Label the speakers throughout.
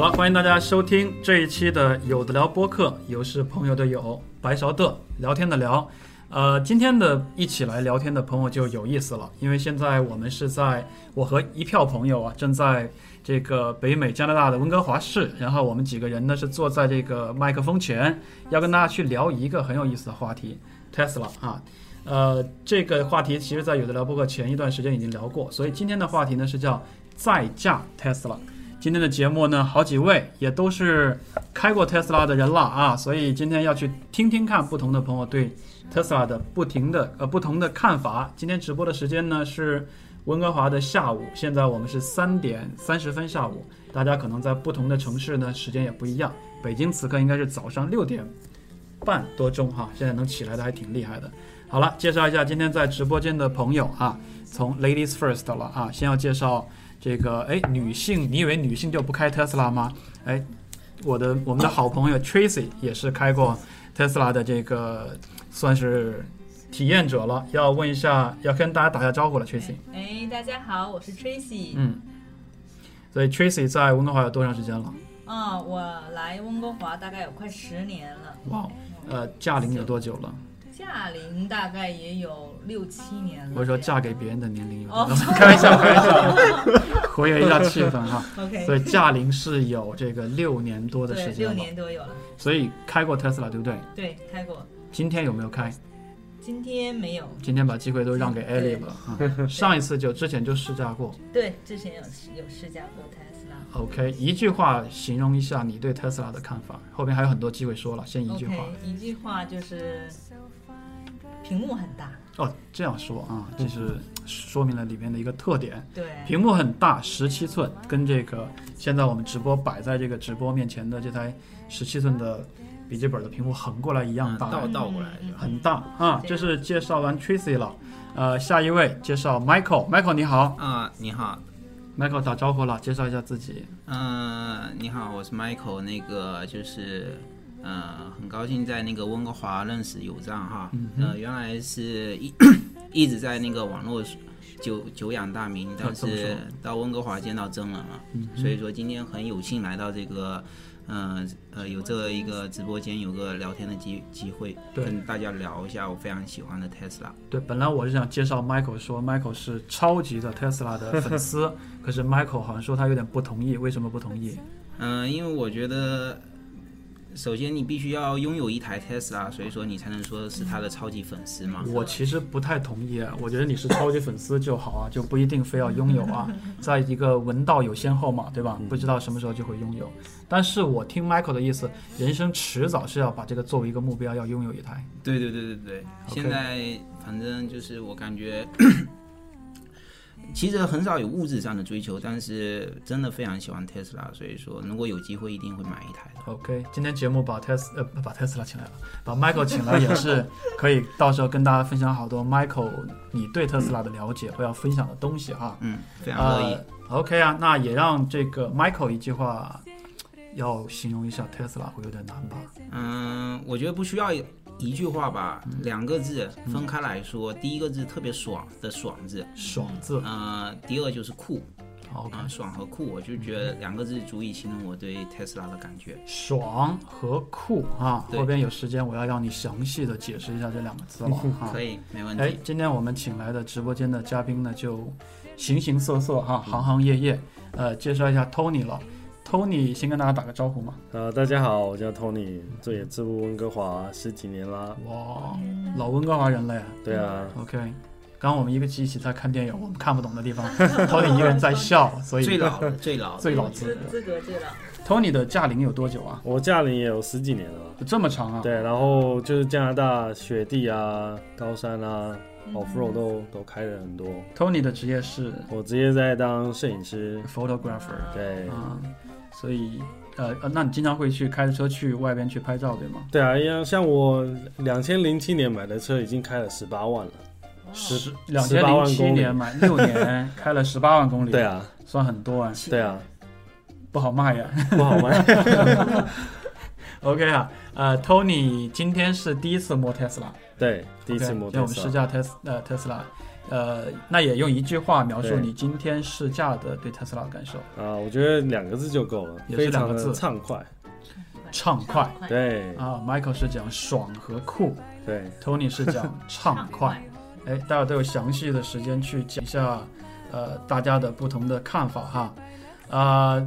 Speaker 1: 了，欢迎大家收听这一期的有的聊播客，有是朋友的友，白勺的聊天的聊。呃，今天的一起来聊天的朋友就有意思了，因为现在我们是在我和一票朋友啊，正在这个北美加拿大的温哥华市，然后我们几个人呢是坐在这个麦克风前，要跟大家去聊一个很有意思的话题，Tesla 啊。呃，这个话题其实在有的聊播客前一段时间已经聊过，所以今天的话题呢是叫再驾 Tesla。今天的节目呢，好几位也都是开过 Tesla 的人了啊，所以今天要去听听看不同的朋友对 Tesla 的不停的呃不同的看法。今天直播的时间呢是温哥华的下午，现在我们是三点三十分下午，大家可能在不同的城市呢时间也不一样。北京此刻应该是早上六点半多钟哈，现在能起来的还挺厉害的。好了，介绍一下今天在直播间的朋友啊，从 Ladies First 了啊，先要介绍这个哎女性，你以为女性就不开 Tesla 吗？哎，我的我们的好朋友 Tracy 也是开过 Tesla 的这个算是体验者了，要问一下，要跟大家打下招呼了，Tracy。
Speaker 2: 哎，大家好，我是 Tracy。
Speaker 1: 嗯，所以 Tracy 在温哥华有多长时间了？
Speaker 2: 啊、我来温哥华大概有快十年了，
Speaker 1: 哇，呃，嫁龄有多久了？
Speaker 2: 驾龄大概也有六七年了。
Speaker 1: 我是说嫁给别人的年龄有多
Speaker 2: 哦
Speaker 1: 久？开玩笑，开玩 笑，活跃一下气氛哈。
Speaker 2: OK，
Speaker 1: 所以驾龄是有这个六年多的
Speaker 2: 对
Speaker 1: 时，
Speaker 2: 六
Speaker 1: 间了，
Speaker 2: 年多有了。
Speaker 1: 所以开过 Tesla 对不对？
Speaker 2: 对，开过。
Speaker 1: 今天有没有开？
Speaker 2: 今天没有。
Speaker 1: 今天把机会都让给 a l i 了啊、上一次就之前就试驾过。
Speaker 2: 对，之前有有试驾过 Tesla。
Speaker 1: OK，一句话形容一下你对 Tesla 的看法。后面还有很多机会说了，先一句话。
Speaker 2: OK，一句话就是，屏幕很大。
Speaker 1: 哦，这样说啊，这是说明了里面的一个特点。
Speaker 2: 对，嗯
Speaker 1: 屏幕很大，十七寸，跟这个现在我们直播摆在这个直播面前的这台十七寸的笔记本的屏幕横过来一样大，
Speaker 3: 倒倒过来
Speaker 2: 嗯
Speaker 3: 的。
Speaker 1: 很大啊。这是介绍完 Tracy 了，呃，下一位介绍 Michael，Michael 你好
Speaker 3: 啊、你好，
Speaker 1: ，Michael 打招呼了，介绍一下自己。
Speaker 3: 嗯、你好，我是 Michael，那个就是，呃，很高兴在那个温哥华认识友藏哈，
Speaker 1: 嗯
Speaker 3: 呃，原来是一一直在那个网络久久仰大名，但
Speaker 1: 这么
Speaker 3: 是
Speaker 1: 说嗯
Speaker 3: 到温哥华见到真人了，所以说今天很有幸来到这个。嗯呃有这一个直播间有个聊天的机机会，
Speaker 1: 对
Speaker 3: 跟大家聊一下我非常喜欢的 Tesla。
Speaker 1: 对，本来我是想介绍 Michael 说 Michael 是超级的 Tesla 的粉丝，可是 Michael 好像说他有点不同意，为什么不同意？
Speaker 3: 嗯，因为我觉得，首先你必须要拥有一台 Tesla，所以说你才能说是他的超级粉丝嘛。
Speaker 1: 我其实不太同意，我觉得你是超级粉丝就好啊，就不一定非要拥有啊。在一个文道有先后嘛，对吧？不知道什么时候就会拥有。但是我听 Michael 的意思，人生迟早是要把这个作为一个目标，要拥有一台。
Speaker 3: 对对对对对，
Speaker 1: OK
Speaker 3: 现在反正就是我感觉，其实很少有物质上的追求，但是真的非常喜欢 Tesla，所以说如果有机会一定会买一台的。
Speaker 1: OK，今天节目把 Tes 呃不把 Tesla 请来了，把 Michael 请来也是可以到时候跟大家分享好多 Michael 你对 Tesla 的了解和要分享的东西啊。
Speaker 3: 嗯，非常乐意。
Speaker 1: 呃，OK 啊，那也让这个 Michael 一句话要形容一下 Tesla 会有点难吧？
Speaker 3: 嗯，我觉得不需要一句话吧，两个字分开来说，第一个字特别爽的爽字，
Speaker 1: 爽字
Speaker 3: 呃，第二就是酷。
Speaker 1: ，OK，
Speaker 3: 啊，爽和酷，我就觉得两个字足以形容我对 Tesla 的感觉。
Speaker 1: 爽和酷啊。
Speaker 3: 对
Speaker 1: 后边有时间我要让你详细的解释一下这两个词了啊。
Speaker 3: 嗯可以，没问
Speaker 1: 哎
Speaker 3: 题。，
Speaker 1: 今天我们请来的直播间的嘉宾呢，就形形色色哈、行行业业。呃，介绍一下 Tony 了，Tony 先跟大家打个招呼嘛。
Speaker 4: 呃，大家好，我叫 Tony，这也自入温哥华十几年啦。
Speaker 1: 哇，老温哥华人了呀。
Speaker 4: 对啊，
Speaker 1: OK，刚刚我们一个集一起在看电影，我们看不懂的地 方，Tony 一个人在笑，所以
Speaker 3: 最老的，最老嗯 的，
Speaker 1: 最老
Speaker 2: 资
Speaker 1: 资
Speaker 2: 资格最老。
Speaker 1: Tony 的驾龄有多久啊？
Speaker 4: 我驾龄也有十几年了。
Speaker 1: 这么长啊？
Speaker 4: 对，然后就是加拿大雪地啊、高山啊、off
Speaker 1: 嗯
Speaker 4: road 都都开了很多。
Speaker 1: ，Tony 的职业是
Speaker 4: 我职业在当摄影师，
Speaker 1: photographer。
Speaker 4: 对，
Speaker 1: 啊，所以呃，呃那你经常会去开着车去外边去拍照，对吗？
Speaker 4: 对啊，一样像我两千零七年买的车已经开了十八万了。
Speaker 2: 哦
Speaker 1: 十两千
Speaker 4: 18
Speaker 1: 零
Speaker 4: 万
Speaker 1: 七
Speaker 4: 公里
Speaker 1: 年买六 年开了十八万公里，
Speaker 4: 对，啊，
Speaker 1: 算很多啊，
Speaker 4: 对啊，
Speaker 1: 不好卖呀。
Speaker 4: 不好玩。
Speaker 1: OK 啊，呃，Tony 今天是第一次摸 Tesla，
Speaker 4: 对，第一次
Speaker 1: OK，
Speaker 4: 摩
Speaker 1: 今天
Speaker 4: 托
Speaker 1: 啊我们试
Speaker 4: 车。
Speaker 1: 驾 Tes 呃 Tesla，呃，那也用一句话描述
Speaker 4: 对
Speaker 1: 你今天试驾的对特斯拉的感受：
Speaker 4: 啊，我觉得两个字就够了，
Speaker 1: 也是
Speaker 4: 非
Speaker 1: 两
Speaker 4: 常
Speaker 1: 个字
Speaker 4: 的畅快。
Speaker 1: 畅快。
Speaker 4: 对
Speaker 1: 啊，Michael 是讲爽和酷
Speaker 4: 对，
Speaker 1: ，Tony 是 讲畅快。，哎，大家都有详细的时间去讲一下，呃，大家的不同的看法哈。啊、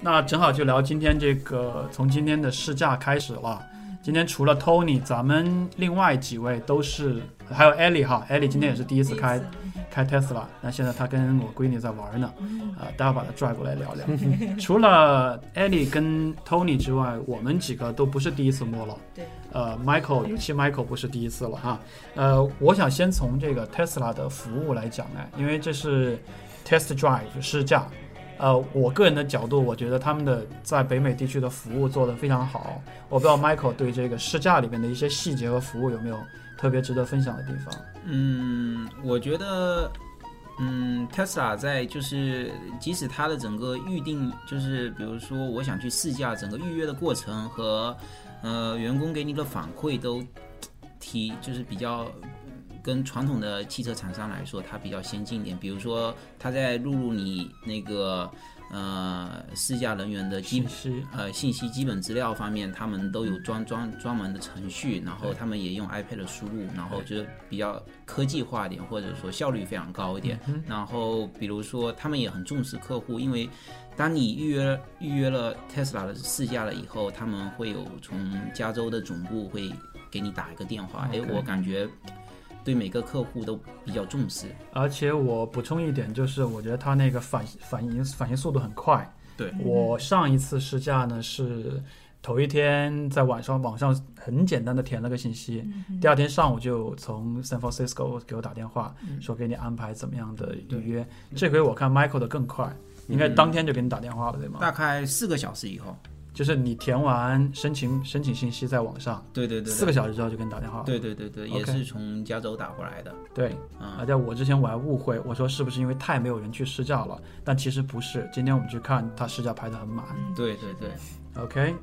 Speaker 1: 那正好就聊今天这个，从今天的试驾开始了。今天除了 Tony，咱们另外几位都是，还有 Ellie 哈，Ellie 今天也是第一次开开 Tesla，那现在她跟我闺女在玩呢，啊、待会儿把她拽过来聊聊。除了 Ellie 跟 Tony 之外，我们几个都不是第一次摸了。
Speaker 2: 对，
Speaker 1: 呃，Michael，尤其 Michael 不是第一次了哈。呃，我想先从这个 Tesla 的服务来讲呢，因为这是 test drive 就试驾。呃，我个人的角度，我觉得他们的在北美地区的服务做得非常好。我不知道 Michael 对这个试驾里面的一些细节和服务有没有特别值得分享的地方？
Speaker 3: 嗯，我觉得，嗯，Tesla 在就是，即使它的整个预定，就是比如说我想去试驾，整个预约的过程和呃员工给你的反馈都提，就是比较。跟传统的汽车厂商来说，它比较先进一点。比如说，它在录入你那个呃试驾人员的基
Speaker 1: 信息
Speaker 3: 呃信息基本资料方面，他们都有专专专门的程序，然后他们也用 iPad 的输入，然后就是比较科技化一点，或者说效率非常高一点。然后比如说他们也很重视客户，因为当你预约预约了 Tesla 的试驾了以后，他们会有从加州的总部会给你打一个电话。哎
Speaker 1: OK
Speaker 3: 我感觉对每个客户都比较重视。
Speaker 1: 而且我补充一点，就是我觉得它那个反反应反应速度很快。
Speaker 3: 对
Speaker 1: 我上一次试驾呢是头一天在晚上网上很简单的填了个信息，
Speaker 2: 嗯
Speaker 1: 第二天上午就从 San Francisco 给我打电话、
Speaker 3: 嗯
Speaker 1: 说给你安排怎么样的预约。这回我看 Michael 的更快，
Speaker 3: 嗯
Speaker 1: 应该当天就给你打电话了，对吗？
Speaker 3: 大概四个小时以后。
Speaker 1: 就是你填完申请申请信息在网上，
Speaker 3: 对对对
Speaker 1: 四
Speaker 3: 对。
Speaker 1: 个小时之后就给你打电话了。
Speaker 3: 对对对对，也
Speaker 1: OK
Speaker 3: 是从加州打过来的。
Speaker 1: 对，
Speaker 3: 嗯
Speaker 1: 而且我之前我还误会，我说是不是因为太没有人去试驾了？但其实不是，今天我们去看，它试驾排得很满。
Speaker 3: 对对对，
Speaker 1: OK，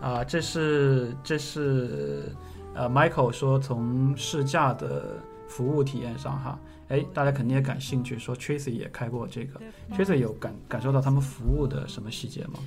Speaker 1: 啊、这是这是呃，Michael 说从试驾的服务体验上哈，哎，大家肯定也感兴趣，说 Tracy 也开过这个、t r a c y 有感感受到他们服务的什么细节吗？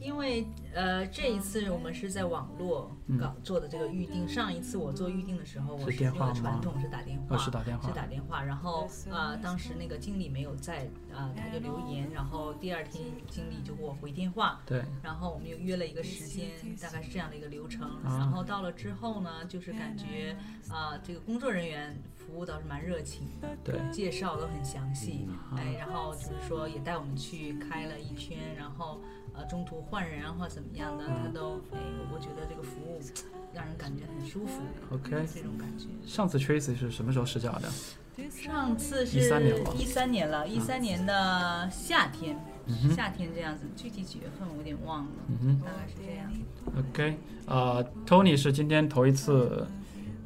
Speaker 2: 因为呃，这一次我们是在网络搞做的这个预定。上一次我做预定的时候，我
Speaker 1: 嗯是
Speaker 2: 是
Speaker 1: 电
Speaker 2: 用
Speaker 1: 话吗
Speaker 2: 的传统是打电话，
Speaker 1: 呃，是打电话
Speaker 2: 是，打电话。然后呃，当时那个经理没有在，呃，他就留言。然后第二天经理就给我回电话，
Speaker 1: 对，
Speaker 2: 然后我们又约了一个时间，大概是这样的一个流程。
Speaker 1: 啊
Speaker 2: 然后到了之后呢，就是感觉啊、这个工作人员服务倒是蛮热情的，
Speaker 1: 对，
Speaker 2: 介绍都很详细，
Speaker 1: 啊
Speaker 2: 哎，然后就是说也带我们去开了一圈，然后呃中途换人啊或怎么样的，
Speaker 1: 嗯
Speaker 2: 他都哎，我觉得这个服务让人感觉很舒服
Speaker 1: OK
Speaker 2: 这种感觉。
Speaker 1: 上次 Tracy 是什么时候试驾的？
Speaker 2: 上次是
Speaker 1: 13年了啊
Speaker 2: 一三年了，一三年的夏天，夏天这样子，具体几月份我有点忘了，
Speaker 1: 嗯
Speaker 2: 大概是这样。
Speaker 1: ，OK，啊、t o n y 是今天头一次，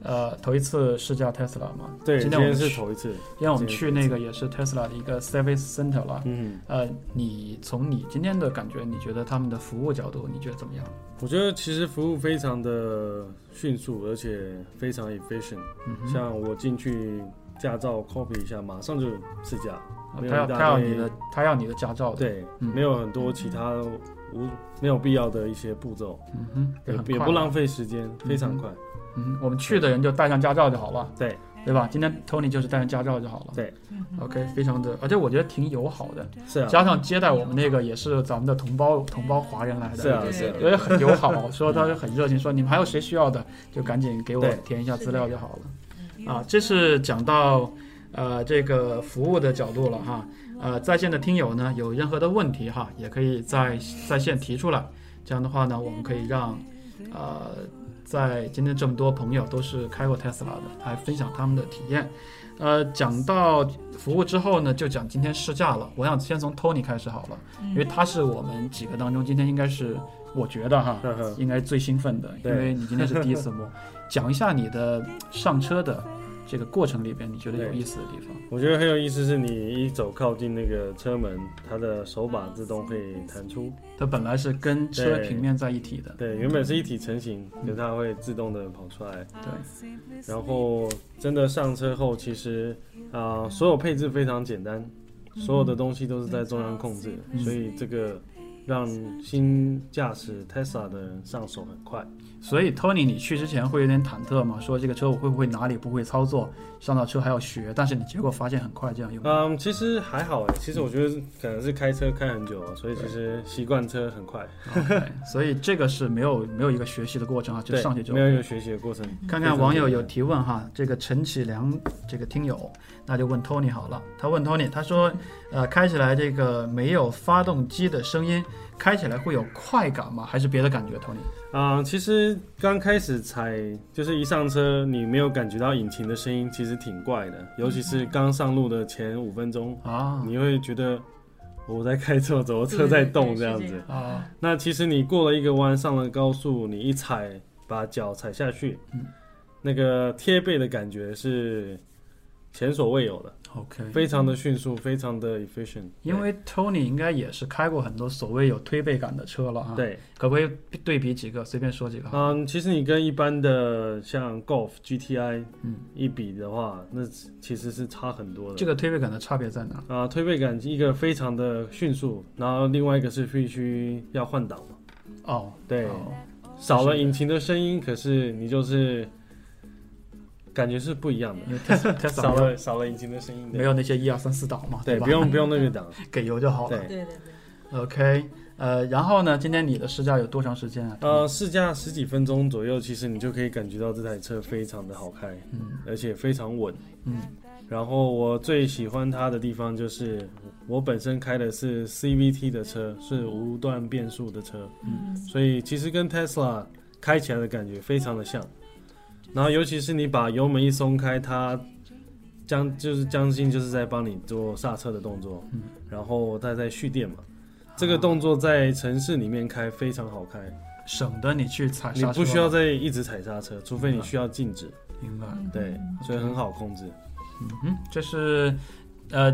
Speaker 1: 呃，头一次试驾 Tesla 吗？
Speaker 4: 对，
Speaker 1: 今
Speaker 4: 今
Speaker 1: 天我
Speaker 4: 天
Speaker 1: 们
Speaker 4: 是
Speaker 1: 去
Speaker 4: 头一次。
Speaker 1: 今天我们去那个也是 Tesla 的一个 Service Center 了。
Speaker 4: 嗯，
Speaker 1: 呃，你从你今天的感觉，你觉得他们的服务角度，你觉得怎么样？
Speaker 4: 我觉得其实服务非常的迅速，而且非常 efficient。
Speaker 1: 嗯哼，
Speaker 4: 像我进去驾照 copy 一下，马上就试驾。没有
Speaker 1: 呃他要他要
Speaker 4: 一大堆
Speaker 1: 你的他要你的驾照的，
Speaker 4: 对，
Speaker 1: 嗯
Speaker 4: 没有很多其他无没有必要的一些步骤，
Speaker 1: 嗯哼，
Speaker 4: 也
Speaker 1: 也很
Speaker 4: 也
Speaker 1: 快
Speaker 4: 不浪费时间，非常快。
Speaker 1: 嗯哼，我们去的人就带上驾照就好了，
Speaker 4: 对
Speaker 1: 对吧？今天 Tony 就是带上驾照就好了。
Speaker 4: 对
Speaker 1: ，OK，非常的，而且我觉得挺友好的，
Speaker 4: 是啊，
Speaker 1: 加上接待我们那个也是咱们的同胞同胞华人来的，
Speaker 4: 是啊，
Speaker 2: 对
Speaker 4: 是啊
Speaker 1: 觉得很友好，说他很热情，说你们还有谁需要的，就赶紧给我
Speaker 4: 对
Speaker 1: 填一下资料就好了。啊，这是讲到呃这个服务的角度了哈。呃，在线的听友呢，有任何的问题哈，也可以在在线提出来。这样的话呢，我们可以让呃在今天这么多朋友都是开过 Tesla 的，来分享他们的体验。呃，讲到服务之后呢，就讲今天试驾了。我想先从 Tony 开始好了，
Speaker 4: 嗯
Speaker 1: 因为他是我们几个当中今天应该是我觉得哈，
Speaker 4: 呵呵
Speaker 1: 应该最兴奋的，因
Speaker 4: 对
Speaker 1: 为你今天是第一次摸。讲一下你的上车的这个过程里边你觉得有意思的地方？
Speaker 4: 我觉得很有意思，是你一走靠近那个车门，它的手把自动会弹出。
Speaker 1: 它本来是跟车
Speaker 4: 对
Speaker 1: 平面在一体的，
Speaker 4: 对，原本是一体成型，
Speaker 1: 嗯
Speaker 4: 可是它会自动的跑出来。
Speaker 1: 对，
Speaker 4: 然后真的上车后，其实啊、呃所有配置非常简单，所有的东西都是在中央控制，
Speaker 1: 嗯
Speaker 4: 所以这个让新驾驶 Tesla 的人上手很快。
Speaker 1: 所以 Tony，你去之前会有点忐忑嘛，说这个车我会不会哪里不会操作，上到车还要学，但是你结果发现很快这样用，
Speaker 4: 嗯，其实还好哎，其实我觉得可能是开车开很久啊，所以其实习惯车很快，
Speaker 1: OK，所以这个是没有没有一个学习的过程啊，就
Speaker 4: 对
Speaker 1: 上去就
Speaker 4: 没有一个学习的过程。
Speaker 1: 看看网友有提问哈，这个陈启良这个听友，那就问 Tony 好了。他问 Tony，他说，呃，开起来这个没有发动机的声音，开起来会有快感吗？还是别的感觉？Tony，
Speaker 4: 啊、其实刚开始踩就是一上车，你没有感觉到引擎的声音，其实挺怪的，尤其是刚上路的前五分钟，
Speaker 1: 啊
Speaker 4: 你会觉得我在开车，怎么车在动
Speaker 2: 对对
Speaker 4: 这样
Speaker 2: 是这
Speaker 4: 子
Speaker 2: 样？
Speaker 1: 啊，
Speaker 4: 那其实你过了一个弯，上了高速，你一踩，把脚踩下去，
Speaker 1: 嗯
Speaker 4: 那个贴背的感觉是前所未有的，
Speaker 1: OK，
Speaker 4: 非常的迅速，非常的 efficient 对。
Speaker 1: 因为 Tony 应该也是开过很多所谓有推背感的车了啊，，
Speaker 4: 对，
Speaker 1: 可不可以对比几个？随便说几个啊。
Speaker 4: 嗯，其实你跟一般的像 Golf、GTI
Speaker 1: 嗯
Speaker 4: 一比的话，那其实是差很多的。
Speaker 1: 这个推背感的差别在哪？
Speaker 4: 啊、推背感一个非常的迅速，然后另外一个是必须要换挡嘛，
Speaker 1: 哦，
Speaker 4: 对
Speaker 1: 哦
Speaker 4: 少了引擎的声音，可是你就是感觉是不一样的，
Speaker 1: 因为 Tesla Tesla
Speaker 4: 少
Speaker 1: 没有
Speaker 4: 了少了引擎的声音，
Speaker 1: 没有那些一二三四档嘛，
Speaker 4: 对，
Speaker 1: 吧
Speaker 4: 不？用不用那个档，
Speaker 1: 给油就好了。
Speaker 4: 对
Speaker 2: 对对对，
Speaker 1: OK，呃，然后呢，今天你的试驾有多长时间啊？
Speaker 4: 呃，试驾十几分钟左右，其实你就可以感觉到这台车非常的好开，
Speaker 1: 嗯
Speaker 4: 而且非常稳。
Speaker 1: 嗯
Speaker 4: 然后我最喜欢它的地方就是，我本身开的是 CVT 的车，是无段变速的车，
Speaker 1: 嗯
Speaker 4: 所以其实跟 Tesla 开起来的感觉非常的像。然后尤其是你把油门一松开，它将就是将近就是在帮你做刹车的动作，
Speaker 1: 嗯啊
Speaker 4: 然后它在蓄电嘛。这个动作在城市里面开非常好开，
Speaker 1: 省得你去踩
Speaker 4: 你
Speaker 1: 啊刹车，嗯
Speaker 4: 不需要，再一直踩刹车，除非你需要静止。
Speaker 1: 明
Speaker 2: 嗯
Speaker 1: 白？
Speaker 4: 对，所以很好控制。
Speaker 1: 嗯哼，这是，呃，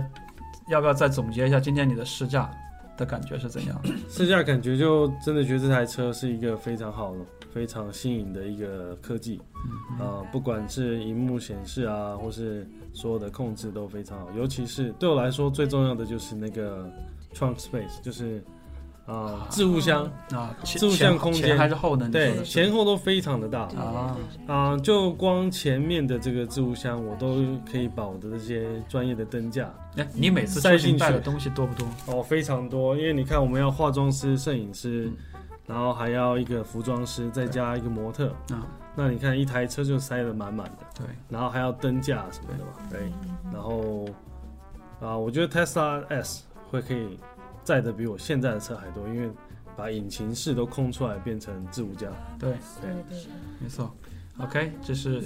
Speaker 1: 要不要再总结一下今天你的试驾的感觉是怎 样？
Speaker 4: 试驾感觉就真的觉得这台车是一个非常好、非常新颖的一个科技，
Speaker 1: 嗯
Speaker 4: 啊、不管是荧幕显示啊，或是所有的控制都非常好。尤其是对我来说，最重要的就是那个 trunk space，就是啊、置物箱，
Speaker 1: 啊，前
Speaker 4: 纵向空间
Speaker 1: 前前还是后呢？你说
Speaker 4: 对，
Speaker 1: 的是
Speaker 4: 前后都非常的大
Speaker 2: 对对。
Speaker 1: 啊
Speaker 2: 对对
Speaker 4: 啊、就光前面的这个置物箱，我都可以把我的这些专业的灯架
Speaker 1: 哎，你每次出
Speaker 4: 塞进
Speaker 1: 行
Speaker 4: 去
Speaker 1: 带的东西多不多？
Speaker 4: 哦，非常多，因为你看，我们要化妆师、摄影师，
Speaker 1: 嗯
Speaker 4: 然后还要一个服装师，再加一个模特。
Speaker 1: 啊，
Speaker 4: 那你看一台车就塞得满满的，
Speaker 1: 对，
Speaker 4: 然后还要灯架什么的嘛。
Speaker 1: 嗯
Speaker 4: 对，然后啊，我觉得 Tesla S 会可以载的比我现在的车还多，因为把引擎室都空出来变成置物架。
Speaker 1: 对，
Speaker 4: 对
Speaker 2: 对对对。
Speaker 1: 没错。OK，这是，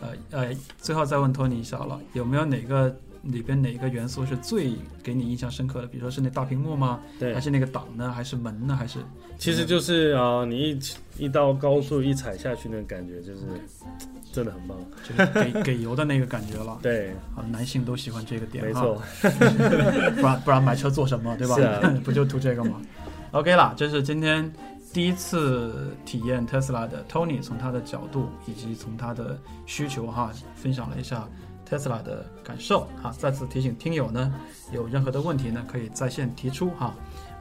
Speaker 1: 呃呃，最后再问托尼一下了，有没有哪个里边哪个元素是最给你印象深刻的？比如说是那大屏幕吗？
Speaker 4: 对
Speaker 1: 还，是那个档呢？还是门呢？还是
Speaker 4: 其实就是啊、你一一到高速一踩下去，那个感觉就是
Speaker 1: 嗯
Speaker 4: 真的很棒。
Speaker 1: 就是给给油的那个感觉了？
Speaker 4: 对，
Speaker 1: 啊，男性都喜欢这个点，
Speaker 4: 没错，。
Speaker 1: 不然不然买车做什 么，对吧？
Speaker 4: 是啊
Speaker 1: 不就图这个吗？OK 啦，这是今天第一次体验 Tesla 的 Tony 从他的角度以及从他的需求哈，分享了一下 Tesla 的感受哈。再次提醒听友呢，有任何的问题呢，可以在线提出哈，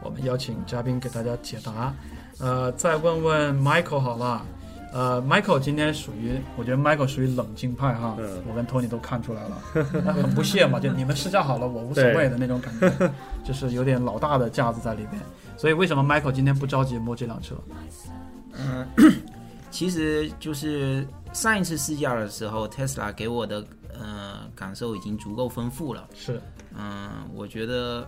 Speaker 1: 我们邀请嘉宾给大家解答。呃，再问问 Michael 好了。呃，Michael 今天属于，我觉得 Michael 属于冷静派哈，
Speaker 4: 嗯
Speaker 1: 我跟 Tony 都看出来了，他很不屑嘛，就你们试驾好了，我无所谓的那种感 觉，就是有点老大的架子在里面。所以为什么 Michael 今天不着急摸这辆车？
Speaker 3: 嗯，其实就是上一次试驾的时候，Tesla 给我的呃感受已经足够丰富了。
Speaker 1: 是，
Speaker 3: 嗯，我觉得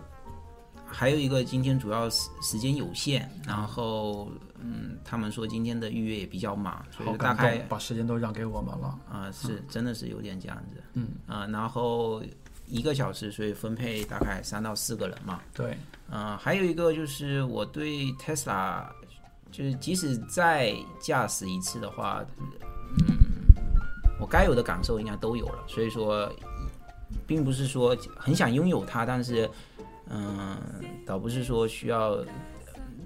Speaker 3: 还有一个，今天主要时时间有限，然后嗯，他们说今天的预约也比较满，所
Speaker 1: 好
Speaker 3: 以大
Speaker 1: 感
Speaker 3: 概
Speaker 1: 动，把时间都让给我们了。
Speaker 3: 啊、是真的是有点这样子，
Speaker 1: 嗯
Speaker 3: 啊、然后一个小时，所以分配大概三到四个人嘛，
Speaker 1: 对，
Speaker 3: 嗯、还有一个就是我对 Tesla，就是即使再驾驶一次的话，嗯，我该有的感受应该都有了，所以说，并不是说很想拥有它，但是，嗯，倒不是说需要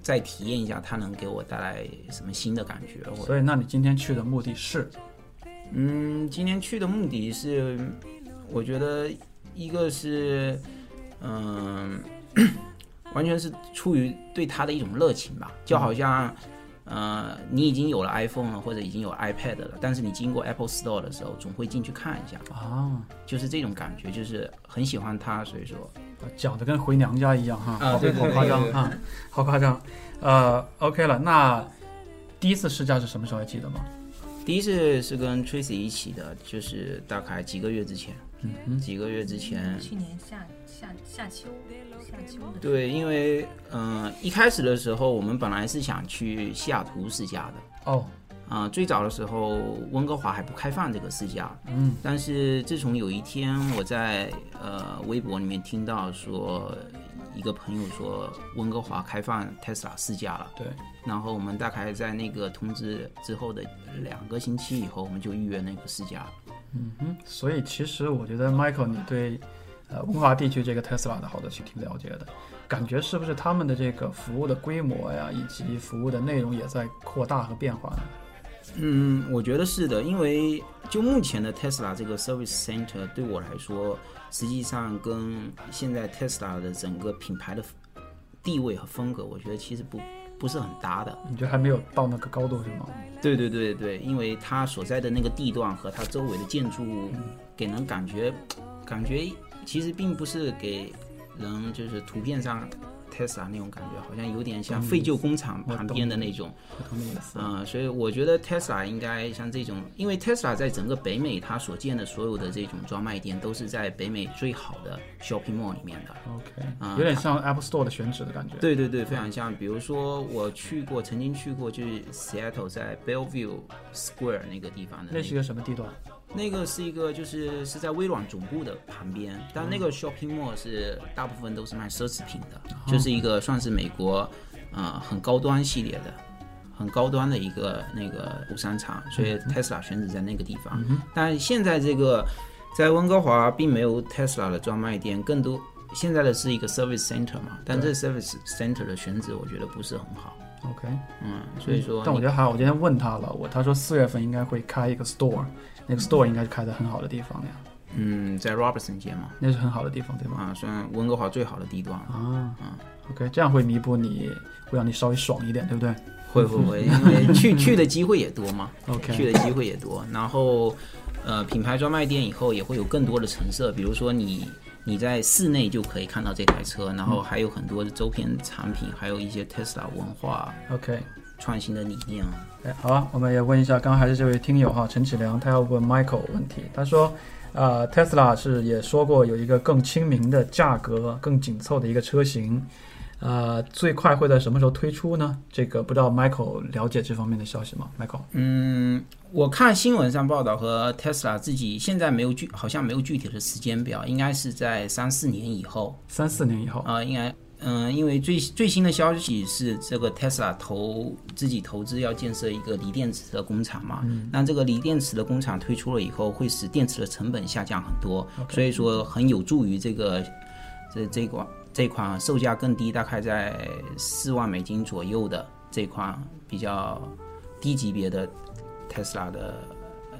Speaker 3: 再体验一下它能给我带来什么新的感觉，或者
Speaker 1: 所以，那你今天去的目的是
Speaker 3: 嗯，今天去的目的是，我觉得一个是，嗯、 完全是出于对它的一种热情吧，
Speaker 1: 嗯
Speaker 3: 就好像，呃，你已经有了 iPhone 了，或者已经有 iPad 了，但是你经过 Apple Store 的时候，总会进去看一下，
Speaker 1: 啊，
Speaker 3: 就是这种感觉，就是很喜欢它，所以说，
Speaker 1: 讲的跟回娘家一样哈，
Speaker 3: 啊
Speaker 1: 好
Speaker 3: 对对
Speaker 1: 好
Speaker 3: 对
Speaker 1: 夸
Speaker 3: 对
Speaker 1: 张
Speaker 3: 对
Speaker 1: 啊，好夸张。呃，OK 了，那第一次试驾是什么时候还记得吗？
Speaker 3: 第一次是跟 Tracy 一起的，就是大概几个月之前，
Speaker 1: 嗯哼，
Speaker 3: 几个月之前，
Speaker 2: 去年夏夏夏秋夏秋的时候
Speaker 3: 对，因为，嗯、一开始的时候我们本来是想去西雅图试驾的。
Speaker 1: 哦，
Speaker 3: 啊、最早的时候温哥华还不开放这个试驾，
Speaker 1: 嗯，
Speaker 3: 但是自从有一天我在呃微博里面听到说一个朋友说温哥华开放 Tesla 试驾了，
Speaker 1: 对，
Speaker 3: 然后我们大概在那个通知之后的两个星期以后，我们就预约那个试驾了。
Speaker 1: 嗯哼，所以其实我觉得 Michael，你对呃文化地区这个 Tesla 的好多挺挺了解的，感觉是不是他们的这个服务的规模呀，以及服务的内容也在扩大和变化呢？
Speaker 3: 嗯，我觉得是的，因为就目前的 Tesla 这个 Service Center 对我来说，实际上跟现在 Tesla 的整个品牌的地位和风格，我觉得其实不不是很搭的。
Speaker 1: 你觉得还没有到那个高度是吗？
Speaker 3: 对对对对，因为它所在的那个地段和它周围的建筑物，给人感觉，感觉其实并不是给人就是图片上 Tesla 那种感觉，好像有点像废旧工厂
Speaker 1: 我
Speaker 3: 旁
Speaker 1: 懂
Speaker 3: 边
Speaker 1: 你
Speaker 3: 的那种。
Speaker 1: 不同的意思。
Speaker 3: 啊、所以我觉得 Tesla 应该像这种，因为 Tesla 在整个北美它所建的所有的这种专卖店，都是在北美最好的 shopping mall 里面的。
Speaker 1: OK，
Speaker 3: 啊
Speaker 1: 有点像 App Store 的选址的感觉。，
Speaker 3: 对对对，非常像。比如说我去过，曾经去过，就是 Seattle 在 Bellevue Square 那个地方的
Speaker 1: 那
Speaker 3: 那
Speaker 1: 是一个什么地段？
Speaker 3: 那个是一个就是是在微软总部的旁边，但
Speaker 1: 嗯
Speaker 3: 那个 shopping mall 是大部分都是卖奢侈品的，
Speaker 1: 哦
Speaker 3: 就是一个算是美国，呃，很高端系列的，很高端的一个那个无商场，所
Speaker 1: 嗯
Speaker 3: 以 Tesla 选址在那个地方。但现在这个在温哥华并没有 Tesla 的专卖店，更多现在的是一个 service center 嘛，但这 service center 的选址我觉得不是很好，
Speaker 1: OK，
Speaker 3: 嗯，所以说
Speaker 1: 但我
Speaker 3: 你
Speaker 1: 觉得还好，我今天问他了，我他说四月份应该会开一个 store，那个 store 应该是开在很好的地方的呀，
Speaker 3: 嗯，在 Robertson 街嘛，
Speaker 1: 那是很好的地方，对吗？
Speaker 3: 啊，算温哥华最好的地段了。
Speaker 1: 啊，OK，这样会弥补你，会让你稍微爽一点，对不对
Speaker 3: 会会会，因为去去的机会也多嘛，
Speaker 1: ？OK，
Speaker 3: 去的机会也多。然后，呃，品牌专卖店以后也会有更多的成色，比如说你你在室内就可以看到这台车，然后还有很多的周边产品，还有一些 Tesla 文化
Speaker 1: OK，
Speaker 3: 创新的理念啊。
Speaker 1: 哎，好啊，我们也问一下，刚刚还是这位听友哈，陈启良，他要问 Michael 问题，他说，呃，Tesla 是也说过有一个更亲民的价格、更紧凑的一个车型，呃，最快会在什么时候推出呢？这个不知道 Michael 了解这方面的消息吗？Michael，
Speaker 3: 嗯，我看新闻上报道和 Tesla 自己现在没有具好像没有具体的时间表，应该是在三四年以后
Speaker 1: 三四年以后，
Speaker 3: 啊、应该。嗯，因为最最新的消息是，这个 Tesla 投自己投资要建设一个锂电池的工厂嘛。那这个锂电池的工厂推出了以后，会使电池的成本下降很多所以说很有助于这个这这款这款售价更低，大概在四万美金左右的这款比较低级别的 Tesla 的呃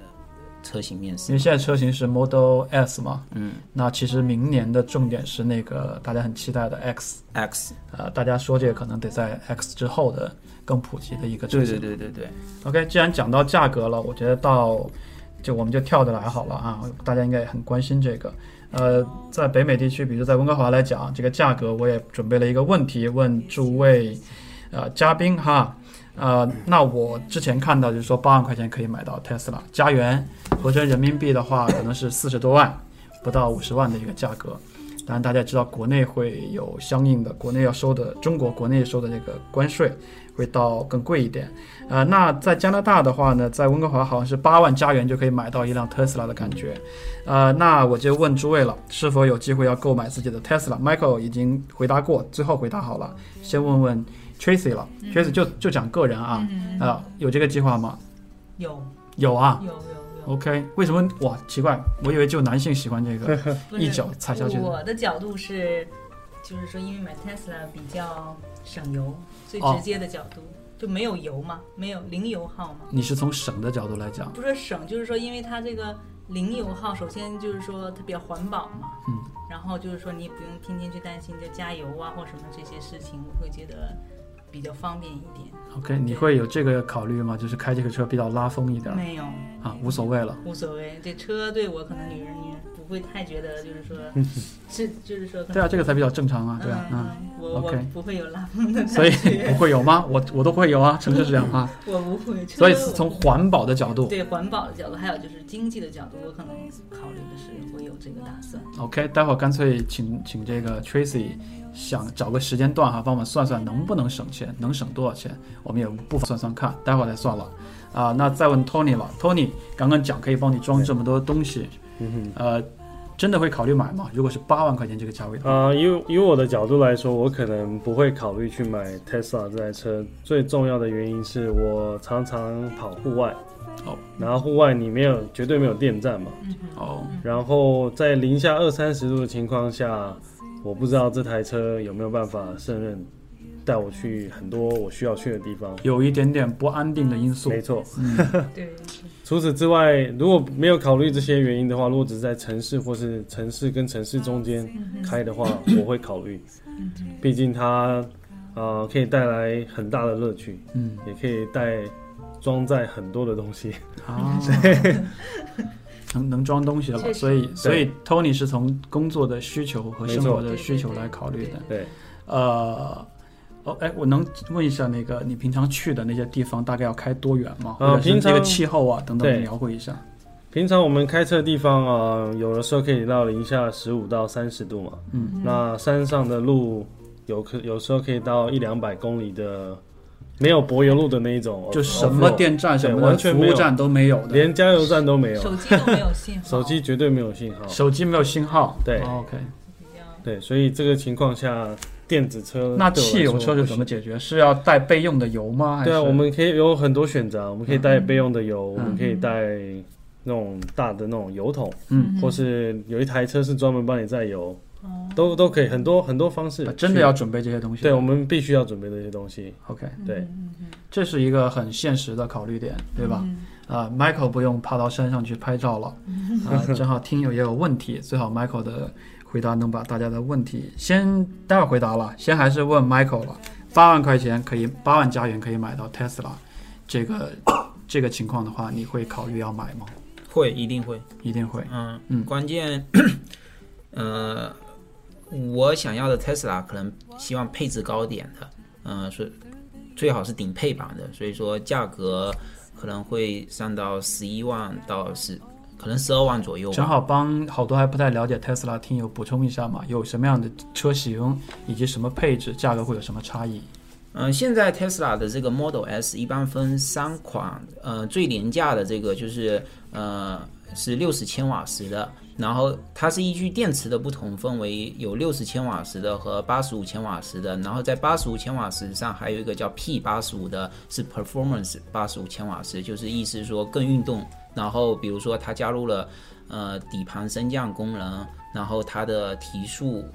Speaker 3: 车型面
Speaker 1: 因
Speaker 3: 世
Speaker 1: 为。现在车型是 Model S 嘛，
Speaker 3: 嗯
Speaker 1: 那其实明年的重点是那个大家很期待的 X，
Speaker 3: ，X，
Speaker 1: 呃，大家说这个可能得在 X 之后的更普及的一个车
Speaker 3: 对
Speaker 1: 型。
Speaker 3: 对对对对。
Speaker 1: OK，既然讲到价格了，我觉得到就我们就跳着来好了啊，大家应该也很关心这个。呃，在北美地区，比如在温哥华来讲，这个价格我也准备了一个问题问诸位呃嘉宾哈。呃，那我之前看到就是说八万块钱可以买到 Tesla，加元合成人民币的话，可能是四十多万，不到五十万的一个价格。当然，大家也知道国内会有相应的国内要收的中国国内收的这个关税会到更贵一点。呃，那在加拿大的话呢，在温哥华好像是八万加元就可以买到一辆 Tesla 的感觉。呃，那我就问诸位了，是否有机会要购买自己的 Tesla？Michael 已经回答过，最后回答好了，先问问 Tracy 了。Tracy 就就讲个人啊，啊、有这个计划吗？
Speaker 2: 嗯有
Speaker 1: 有啊，
Speaker 2: 有有有，
Speaker 1: OK，为什么哇？奇怪，我以为就男性喜欢这个
Speaker 2: 不
Speaker 1: 一
Speaker 2: 是
Speaker 1: 脚踩下去的。
Speaker 2: 我的角度是，就是说，因为买 Tesla 比较省油，最
Speaker 1: 哦
Speaker 2: 直接的角度、就没有油嘛，没有零油耗嘛。
Speaker 1: 你是从省的角度来讲，
Speaker 2: 不是省，就是说，因为它这个零油耗，首先就是说它比较环保嘛，
Speaker 1: 嗯，
Speaker 2: 然后就是说你也不用天天去担心就加油啊或什么这些事情，我会觉得比较方便一点。
Speaker 1: OK，你会有这个考虑吗？就是开这个车比较拉风一点儿
Speaker 2: 没有
Speaker 1: 啊，无所谓了。
Speaker 2: 无所谓，这车对我可能女人女人不会太觉得就是说，是就是说可能
Speaker 1: 嗯对啊，这个才比较正常啊，对啊，
Speaker 2: 嗯，
Speaker 1: 嗯，
Speaker 2: 嗯我我
Speaker 1: OK
Speaker 2: 不会有拉风的感觉，
Speaker 1: 所以不会有吗？我我都会有啊，城市是这样 啊，
Speaker 2: 我不会。
Speaker 1: 所以
Speaker 2: 车
Speaker 1: 是从
Speaker 2: 我不
Speaker 1: 环保的角度
Speaker 2: 对环保的角度，还有就是经济的角度，我可能考虑的是会有这个打算。
Speaker 1: ，OK，待会儿干脆请请这个 Tracy 想找个时间段哈、帮我们算算能不能省钱，能省多少钱，我们也不妨算算看，待会儿再算了。啊、那再问 Tony 了，Tony 刚刚讲可以帮你装这么多东西，呃，真的会考虑买吗？如果是八万块钱这个价位的话，
Speaker 4: 啊、以以我的角度来说，我可能不会考虑去买 Tesla 这台车。最重要的原因是我常常跑户外，
Speaker 1: 哦，
Speaker 4: 然后户外你没有绝对没有电站嘛，
Speaker 2: 嗯哼，
Speaker 1: 哦，
Speaker 4: 然后在零下二三十度的情况下，我不知道这台车有没有办法胜任，带我去很多我需要去的地方。
Speaker 1: 有一点点不安定的因素
Speaker 4: 没，错，
Speaker 2: 对，
Speaker 4: 除此之外，如果没有考虑这些原因的话，如果只是在城市或是城市跟城市中间嗯
Speaker 2: 嗯
Speaker 4: 开的话，我会考虑，毕竟它呃可以带来很大的乐趣，
Speaker 1: 嗯
Speaker 4: 也可以带装载很多的东西。
Speaker 1: 啊，能 能装东西了，
Speaker 2: 确实
Speaker 1: 所以所以 Tony 是从工作的需求和生活
Speaker 4: 没
Speaker 1: 的
Speaker 2: 错
Speaker 1: 需求来考虑的。
Speaker 4: 对，
Speaker 1: 呃，哦，哎，我能问一下那个你平常去的那些地方大概要开多远吗？
Speaker 4: 呃
Speaker 1: 或者是
Speaker 4: 平常
Speaker 1: 那个气候啊等
Speaker 4: 对
Speaker 1: 等，描绘一下。
Speaker 4: 平常我们开车的地方啊、有的时候可以到零下十五到三十度嘛，
Speaker 1: 嗯，
Speaker 4: 那山上的路有可有时候可以到一两百公里的，没有柏油路的那一种，
Speaker 1: 就
Speaker 4: off-
Speaker 1: 什么
Speaker 4: off-road
Speaker 1: 电站
Speaker 4: 对
Speaker 1: 什么的
Speaker 4: 完全
Speaker 1: 服
Speaker 4: 没
Speaker 1: 务
Speaker 4: 有
Speaker 1: 站都没有的，
Speaker 4: 连加油站都没有，
Speaker 2: 手机都没有信号，
Speaker 4: 手机绝对没有信号。
Speaker 1: 手机没有信号。
Speaker 4: 对
Speaker 1: 哦，OK。
Speaker 2: 比较
Speaker 4: 对，所以这个情况下，电子车
Speaker 1: 那
Speaker 4: 对我来
Speaker 1: 汽油
Speaker 4: 说
Speaker 1: 车是怎
Speaker 4: 不行
Speaker 1: 么解决？是要带备用的油吗？还是
Speaker 4: 对啊，我们可以有很多选择，我们可以带
Speaker 1: 嗯
Speaker 4: 备用的油，我们可以带那种大的那种油桶，
Speaker 1: 嗯，哦
Speaker 4: 或是有一台车是专门帮你载油，都都可以，很多很多方式
Speaker 1: 啊。真的要准备这些东西。
Speaker 4: 对，我们必须要准备这些东西。
Speaker 1: ，OK。
Speaker 2: 嗯
Speaker 4: 对，
Speaker 1: 这是一个很现实的考虑点，对吧？啊、m i c h a e l 不用爬到山上去拍照了，啊、正好听友也有问题，最好 Michael 的回答能把大家的问题先待会儿回答了，先还是问 Michael 了。八万块钱可以，八万加元可以买到 Tesla，这个这个情况的话，你会考虑要买吗？
Speaker 3: 会一定会。
Speaker 1: 一定会。
Speaker 3: 嗯，
Speaker 1: 嗯
Speaker 3: 关键， 呃，我想要的 Tesla 可能希望配置高点的，嗯、呃，所以最好是顶配版的，所以说价格可能会上到十一万到十，可能十二万左右吧。
Speaker 1: 正好帮好多还不太了解 Tesla 听友补充一下嘛，有什么样的车型，以及什么配置，价格会有什么差异？
Speaker 3: 嗯、现在 Tesla 的这个 Model S 一般分三款，呃，最廉价的这个就是呃是六十千瓦时的，然后它是依据电池的不同分为有六十千瓦时的和八十五千瓦时的，然后在八十五千瓦时上还有一个叫 P 八十五的，是 Performance 八十五千瓦时，就是意思说更运动。然后比如说它加入了呃底盘升降功能，然后它的提速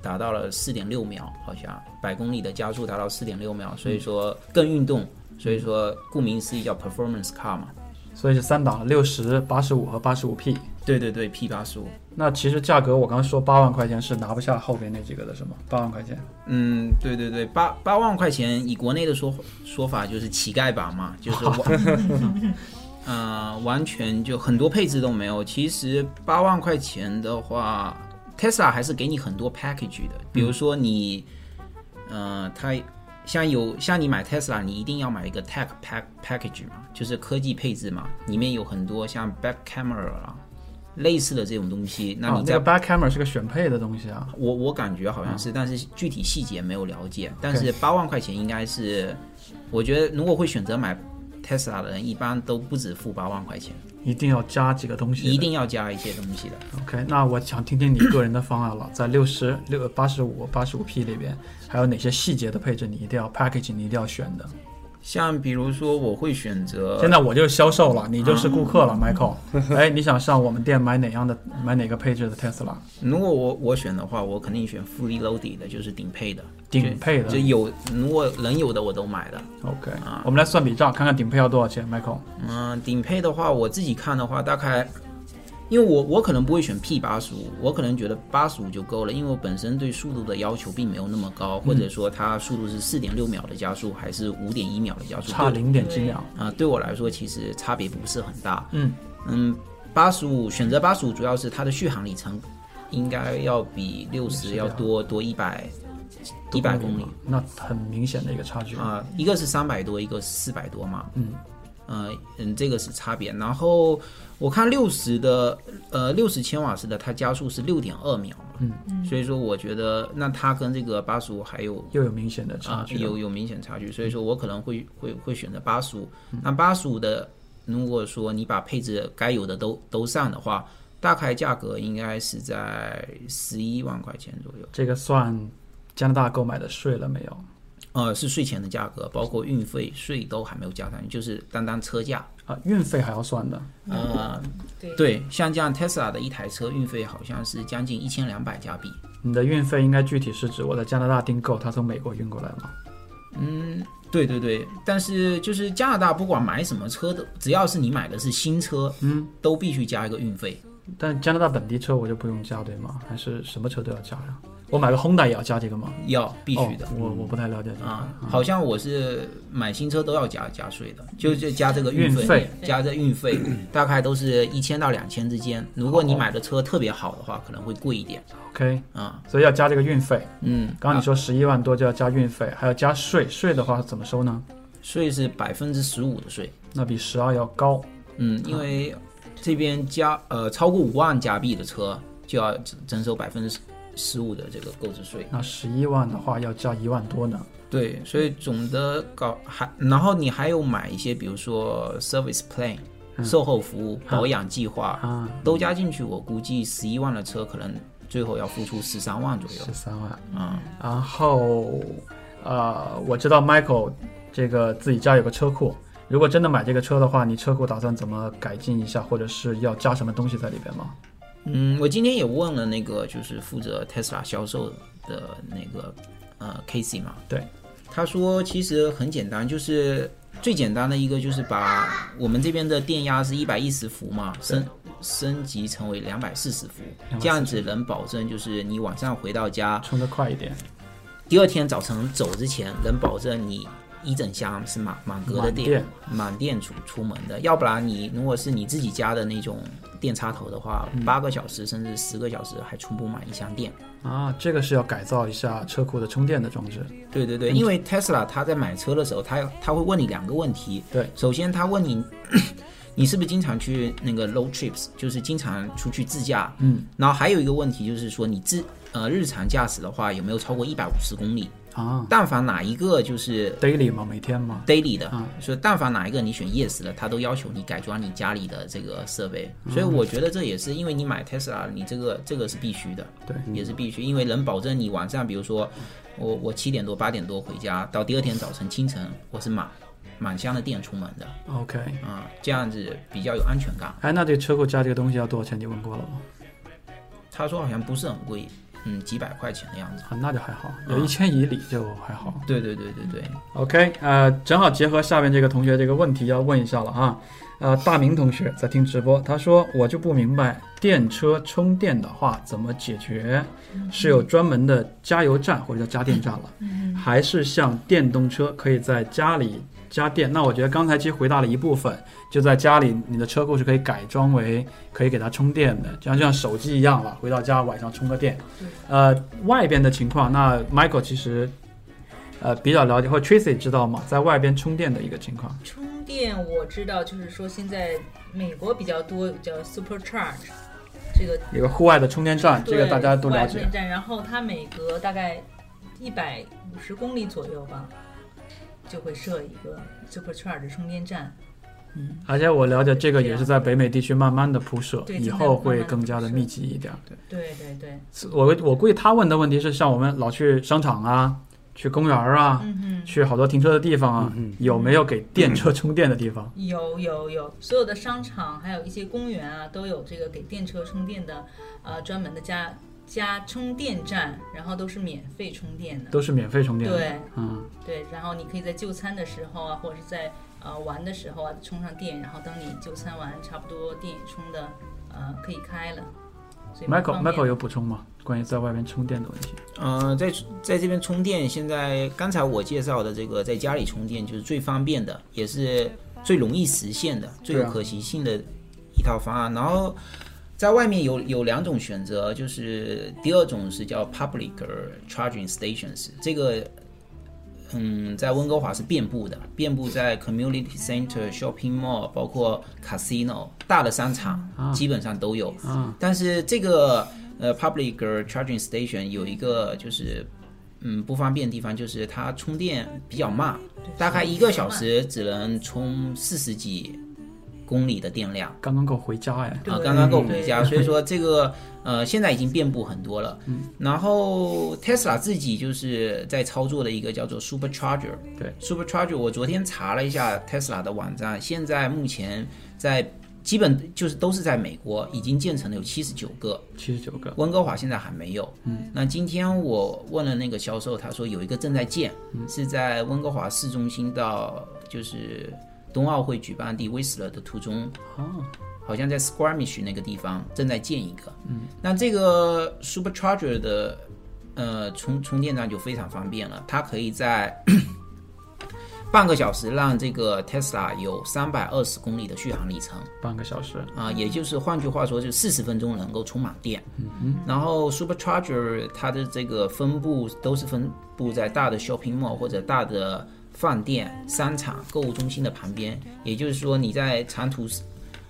Speaker 3: 达到了四点六秒，好像百公里的加速达到四点六秒，所以说更运动，所以说顾名思义叫 performance car 嘛。
Speaker 1: 所以是三档，六十、八十五和八十五 P。
Speaker 3: 对对对，P 八十五。
Speaker 1: 那其实价格我刚说八万块钱是拿不下后面那几个的，是吗？八万块钱，
Speaker 3: 嗯，对对对，八八万块钱，以国内的说说法就是乞丐版嘛，就是完， 呃，完全就很多配置都没有。其实八万块钱的话，Tesla 还是给你很多 package 的，比如说你，呃，它像有像你买 Tesla，你一定要买一个 tech pack package 嘛，就是科技配置嘛，里面有很多像 back camera 啦，类似的这种东西。那
Speaker 1: 啊
Speaker 3: 你在
Speaker 1: 那个 back camera 是个选配的东西啊。
Speaker 3: 我我感觉好像是，但是具体细节没有了解。但是八万块钱应该是，我觉得如果会选择买 Tesla 的人，一般都不止付八万块钱，
Speaker 1: 一定要加几个东西的，
Speaker 3: 一定要加一些东西的。
Speaker 1: OK。那我想听听你个人的方案了，在六十六、八十五、八十五 P 里边，还有哪些细节的配置你一定要 package，你一定要选的？
Speaker 3: 像比如说，我会选择
Speaker 1: 现在我就是销售了，你就是顾客了、m
Speaker 3: 啊
Speaker 1: i c h a e l 哎，你想上我们店买哪样的，买哪个配置的 Tesla？
Speaker 3: 如果我我选的话，我肯定选 fully loaded 的，就是顶配的，
Speaker 1: 顶配的
Speaker 3: 就有如果能有的我都买的。
Speaker 1: ，OK，、我
Speaker 3: 啊
Speaker 1: 们来算笔账，看看顶配要多少钱，Michael。
Speaker 3: 嗯，顶配的话，我自己看的话，大概，因为我我可能不会选 P 八十五，我可能觉得八十五就够了，因为我本身对速度的要求并没有那么高，或者说它速度是四点六秒的加速还是五点一秒的加速，
Speaker 1: 差
Speaker 3: 对
Speaker 1: 零点几秒。
Speaker 3: 啊、对我来说其实差别不是很大。
Speaker 1: 嗯
Speaker 3: 嗯，八十五选择八十五主要是它的续航里程应该要比六十要多多一百一百公里
Speaker 1: 嘛，那很明显的一个差距。
Speaker 3: 啊、一个是三百多，一个四百多嘛。
Speaker 1: 嗯，
Speaker 3: 呃嗯，这个是差别。然后我看六十的，呃，六十千瓦时的，它加速是六点二秒嘛。嗯，所以说我觉得那它跟这个八十五还有
Speaker 1: 又有明显的差
Speaker 3: 啊、
Speaker 1: 距了。
Speaker 3: 有有明显差距，所以说我可能会会会选择八十五。那八十五的，如果说你把配置该有的都都上的话，大概价格应该是在十一万块钱左右。
Speaker 1: 这个算加拿大购买的税了没有？
Speaker 3: 呃，是税前的价格，包括运费、税都还没有加上去，就是单单车价。
Speaker 1: 啊，运费还要算的。
Speaker 3: 呃，对，像这样 Tesla 的一台车运费好像是将近一千两百加币。
Speaker 1: 你的运费应该具体是指我在加拿大订购，它从美国运过来吗？
Speaker 3: 对对对，但是就是加拿大不管买什么车的，只要是你买的是新车，嗯，都必须加一个运费。
Speaker 1: 但加拿大本地车我就不用加，对吗？还是什么车都要加呀？我买个 Honda 也要加这个吗？
Speaker 3: 要必须的
Speaker 1: 哦、
Speaker 3: 嗯
Speaker 1: 我我不太了解这个。
Speaker 3: 啊，好像我是买新车都要加加税的，就就加这个运
Speaker 1: 运费
Speaker 3: 加这 运费，大概都是一千到两千之间。如果
Speaker 1: 哦
Speaker 3: 你买的车特别好的话，可能会贵一点
Speaker 1: OK，
Speaker 3: 啊。
Speaker 1: 所以要加这个运费。
Speaker 3: 嗯，
Speaker 1: 刚刚你
Speaker 3: 啊
Speaker 1: 说十一万多就要加运费，还要加税，税的话怎么收呢？
Speaker 3: 税是百分之十五的税，
Speaker 1: 那比十二要高。
Speaker 3: 嗯，因为这边加呃超过五万加币的车就要征收百分之十五的这个购置税。
Speaker 1: 那十一万的话要加一万多呢。
Speaker 3: 对，所以总的搞还，然后你还有买一些，比如说 service plan、售后服务、保养计划，
Speaker 1: 啊
Speaker 3: 都加进去，我估计十一万的车可能最后要付出十三万左右
Speaker 1: 十三万。
Speaker 3: 啊、
Speaker 1: 然后，呃，我知道 Michael 这个自己家有个车库，如果真的买这个车的话，你车库打算怎么改进一下，或者是要加什么东西在里边吗？
Speaker 3: 嗯，我今天也问了那个就是负责 Tesla 销售的那个呃 Casey 嘛，
Speaker 1: 对，
Speaker 3: 他说其实很简单，就是最简单的一个就是把我们这边的电压是一百一十伏嘛，升升级成为两百四十伏，这样子能保证就是你晚上回到家，
Speaker 1: 充得快一点，
Speaker 3: 第二天早晨走之前，能保证你一整箱是满满格的
Speaker 1: 满
Speaker 3: 电
Speaker 1: 电，
Speaker 3: 满电出出门的。要不然你如果是你自己家的那种电插头的话，八、个小时甚至十个小时还充不满一箱电。
Speaker 1: 啊，这个是要改造一下车库的充电的装置。
Speaker 3: 对对对，因为 Tesla 它在买车的时候，它它会问你两个问题。
Speaker 1: 对，
Speaker 3: 首先他问你， 你是不是经常去那个 road trips，就是经常出去自驾？
Speaker 1: 嗯，
Speaker 3: 然后还有一个问题就是说你自呃日常驾驶的话有没有超过一百五十公里？
Speaker 1: 啊
Speaker 3: 但凡哪一个就是
Speaker 1: ，daily 吗？每天吗？
Speaker 3: daily 的
Speaker 1: 嗯，
Speaker 3: 所以但凡哪一个你选 yes 的，它都要求你改装你家里的这个设备。所以我觉得这也是因为你买 Tesla，你这个这个是必须的，
Speaker 1: 对，
Speaker 3: 也是必须，因为能保证你晚上，比如说我我七点多八点多回家，到第二天早晨清晨我是满满箱的电出门的
Speaker 1: OK，
Speaker 3: 啊、这样子比较有安全感。
Speaker 1: 哎，那这个车库加这个东西要多少钱？你问过了吗？
Speaker 3: 他说好像不是很贵，嗯，几百块钱的样子。
Speaker 1: 啊，那就还好，有一千以里就还好。
Speaker 3: 对对对对对，
Speaker 1: OK，呃，正好结合下面这个同学这个问题要问一下了啊。呃，大明同学在听直播，他说我就不明白电车充电的话怎么解决，是有专门的加油站或者叫加电站了，还是像电动车可以在家里加电？那我觉得刚才其实回答了一部分，就在家里你的车库是可以改装为可以给它充电的，就像就像手机一样了，回到家晚上充个电。呃，外边的情况，那 Michael 其实呃比较了解，或者 Tracy 知道吗？在外边充电的一个情况。
Speaker 2: 充电我知道，就是说现在美国比较多叫 Supercharge 这个
Speaker 1: 有个户外的充电站，这个
Speaker 2: 对
Speaker 1: 大家都
Speaker 2: 户
Speaker 1: 了
Speaker 2: 外充
Speaker 1: 解
Speaker 2: 电。站，然后它每隔大概一百五十公里左右吧，就会设一个 Supercharge 充电站。
Speaker 1: 而且我了解这个也是在北美地区慢慢的铺设，
Speaker 2: 对
Speaker 1: 以后会更加的密集一点。
Speaker 2: 对对对，
Speaker 1: 我我估计他问的问题是像我们老去商场啊，去公园儿啊，
Speaker 2: 嗯
Speaker 1: 去好多停车的地方啊，
Speaker 4: 嗯
Speaker 1: 有没有给电车充电的地方？
Speaker 2: 哼，有有有，所有的商场还有一些公园啊，都有这个给电车充电的，呃，专门的加加充电站，然后都是免费充电的。
Speaker 1: 都是免费充电的。，
Speaker 2: 嗯对
Speaker 1: 嗯，
Speaker 2: 对，然后你可以在就餐的时候啊，或者是在呃玩的时候啊，充上电，然后等你就餐完差不多电也充的呃可以开了。所以蛮
Speaker 1: Michael
Speaker 2: 方便
Speaker 1: Michael 有补充吗？关于在外边充电的问题？
Speaker 3: 呃，在在这边充电，现在刚才我介绍的这个在家里充电就是最方便的，也是最容易实现的、最有可行性的一套方案。然后在外面有有两种选择，就是第二种是叫 public charging stations，这个嗯，在温哥华是遍布的，遍布在 community center、shopping mall，包括 casino 大的商场，基本上都有。但是这个呃 public charging station 有一个就是嗯不方便的地方，就是它充电比较慢，大概一个小时只能充四十几公里的电量。
Speaker 1: 刚刚够回家哎。
Speaker 2: 对
Speaker 3: 啊，刚刚够
Speaker 2: 对嗯
Speaker 3: 回家，所以说这个呃，现在已经遍布很多了。然后 Tesla 自己就是在操作的一个叫做 Supercharger，
Speaker 1: 对
Speaker 3: Supercharger，我昨天查了一下 Tesla 的网站，现在目前在基本就是都是在美国已经建成了有七十九个，
Speaker 1: 七十九个，
Speaker 3: 温哥华现在还没有。嗯，那今天我问了那个销售，他说有一个正在建，是在温哥华市中心到就是冬奥会举办地威斯勒的途中，
Speaker 1: 哦，
Speaker 3: 好像在 Squamish 那个地方正在建一个。嗯，那这个 Supercharger 的呃充充电站就非常方便了，它可以在 半个小时让这个 Tesla 有三百二十公里的续航里程。
Speaker 1: 半个小时，
Speaker 3: 啊、也就是换句话说，就四十分钟能够充满电。嗯、然后 Supercharger 它的这个分布都是分布在大的 shopping mall 或者大的饭店、商场、购物中心的旁边。也就是说，你在长途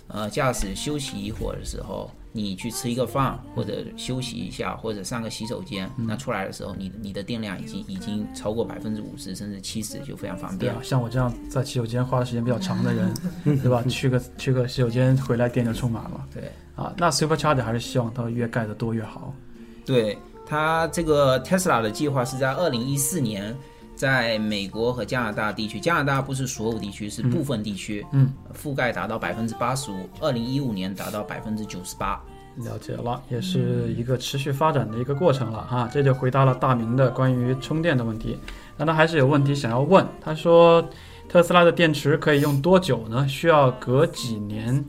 Speaker 3: 呃驾驶休息一会儿的时候，你去吃一个饭或者休息一下，或者上个洗手间，那出来的时候，你你的电量已经已经超过百分之五十甚至七十，就非常方
Speaker 1: 对
Speaker 3: 便
Speaker 1: 啊，。像我这样在洗手间花的时间比较长的人，对吧？去个去个洗手间回来电就充满了
Speaker 3: 对。
Speaker 1: 啊。那 Supercharger 还是希望它越盖得多越好。
Speaker 3: 对，它这个 Tesla 的计划是在二零一四年在美国和加拿大地区，加拿大不是所有地区，是部分地区，
Speaker 1: 嗯，
Speaker 3: 覆盖达到百分之八十五，二零一五年达到百分之九十八。
Speaker 1: 了解了，也是一个持续发展的一个过程了啊。这就回答了大明的关于充电的问题。那他还是有问题想要问，他说特斯拉的电池可以用多久呢？需要隔几年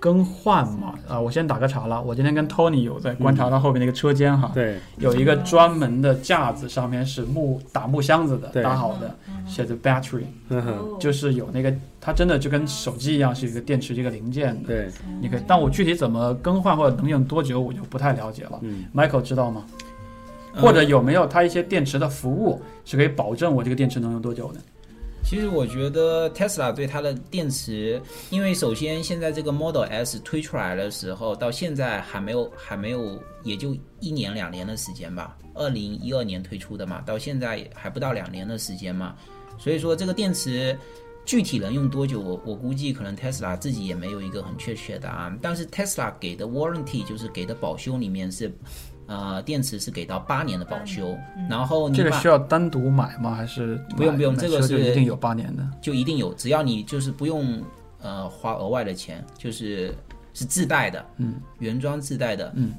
Speaker 1: 更换吗？啊，我先打个岔了，我今天跟 Tony 有在观察到后面那个车间哈，
Speaker 4: 对，
Speaker 1: 有一个专门的架子，上面是木打木箱子的，
Speaker 4: 对
Speaker 1: 搭好的，写着 battery，
Speaker 4: 呵呵，
Speaker 2: 哦
Speaker 1: 就是有那个它真的就跟手机一样，是一个电池这个零件的。
Speaker 4: 对，
Speaker 1: 你可以，但我具体怎么更换或者能用多久，我就不太了解了。
Speaker 4: 嗯
Speaker 1: Michael 知道吗？
Speaker 3: 呃
Speaker 1: 或者有没有它一些电池的服务是可以保证我这个电池能用多久的？
Speaker 3: 其实我觉得 Tesla 对它的电池，因为首先现在这个 Model S 推出来的时候，到现在还没有还没有，也就一年两年的时间吧。二零一二年推出的嘛，到现在还不到两年的时间嘛，所以说这个电池具体能用多久，我我估计可能 Tesla 自己也没有一个很确切的答案。但是 Tesla 给的 warranty 就是给的保修里面是，呃，电池是给到八年的嗯保修，然后你
Speaker 1: 这个
Speaker 3: 把
Speaker 1: 需要单独买吗？还是
Speaker 3: 哦不用
Speaker 1: 买
Speaker 3: 不用
Speaker 1: 买
Speaker 3: 这个
Speaker 1: 车就是一定有八年的。
Speaker 3: 就一定有，只要你就是不用呃花额外的钱，就是是自带的，嗯，原装自带的，嗯。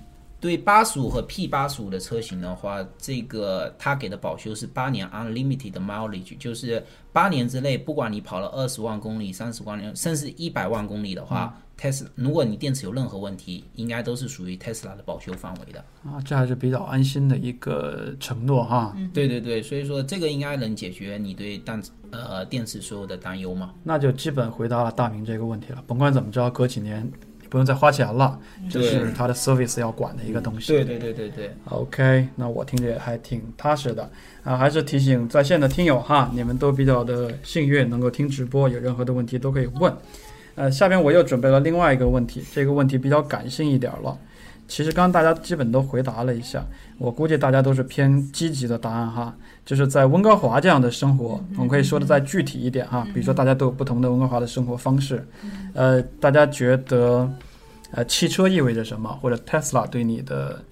Speaker 3: 对八十五和 P 八十五的车型的话，这个它给的保修是八年 unlimited mileage，就是八年之内，不管你跑了二十万公里、三十万公里，甚至一百万公里的话、t e s l a 如果你电池有任何问题，应该都是属于 Tesla 的保修范围的。
Speaker 1: 啊，这还是比较安心的一个承诺哈。
Speaker 3: 对对对，所以说这个应该能解决你对电呃电池所有的担忧嘛？
Speaker 1: 那就基本回答了大明这个问题了。甭管怎么着，隔几年你不用再花钱了，这是他的 service 要管的一个东西。
Speaker 3: 对对对对对。
Speaker 1: OK，那我听着也还挺踏实的啊，还是提醒在线的听友哈，你们都比较的幸运，能够听直播，有任何的问题都可以问。呃，下边我又准备了另外一个问题，这个问题比较感性一点了。其实刚刚大家基本都回答了一下，我估计大家都是偏积极的答案哈，就是在温哥华这样的生活，我们可以说的再具体一点哈，比如说大家都有不同的温哥华的生活方式，呃，大家觉得呃汽车意味着什么，或者 Tesla 对你的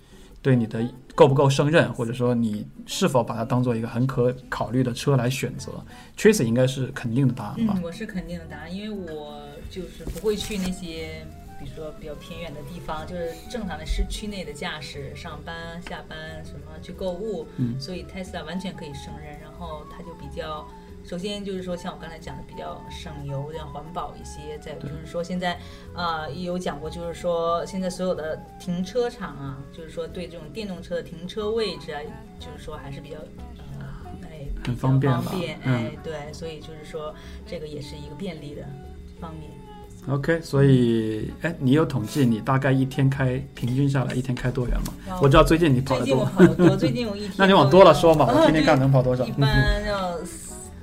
Speaker 1: 对你的够不够胜任，或者说你是否把它当做一个很可考虑的车来选择，Tracy 应该是肯定的答案吧
Speaker 2: 嗯，？我是肯定的答案，因为我就是不会去那些，比如说比较偏远的地方，就是正常的市区内的驾驶，上班、下班什么去购物，
Speaker 1: 嗯
Speaker 2: 所以 Tesla 完全可以胜任。然后它就比较，首先就是说像我刚才讲的，比较省油，要环保一些。再有就是说现在啊、也有讲过，就是说现在所有的停车场啊，就是说对这种电动车的停车位置啊，就是说还是比较。呃哎
Speaker 1: 很
Speaker 2: 比较
Speaker 1: 方便吧
Speaker 2: 方便，
Speaker 1: 嗯
Speaker 2: 哎，对，所以就是说，这个也是一个便利的方面。
Speaker 1: OK，所以哎，你有统计你大概一天开平均下来一天开多远吗？
Speaker 2: 然后
Speaker 1: 我知道最近你跑得
Speaker 2: 最近我
Speaker 1: 多，
Speaker 2: 跑 得多，最近我一天
Speaker 1: 那你往多了
Speaker 2: 都要
Speaker 1: 说嘛，我听听看
Speaker 2: 对
Speaker 1: 能跑多少嗯
Speaker 2: 一。般要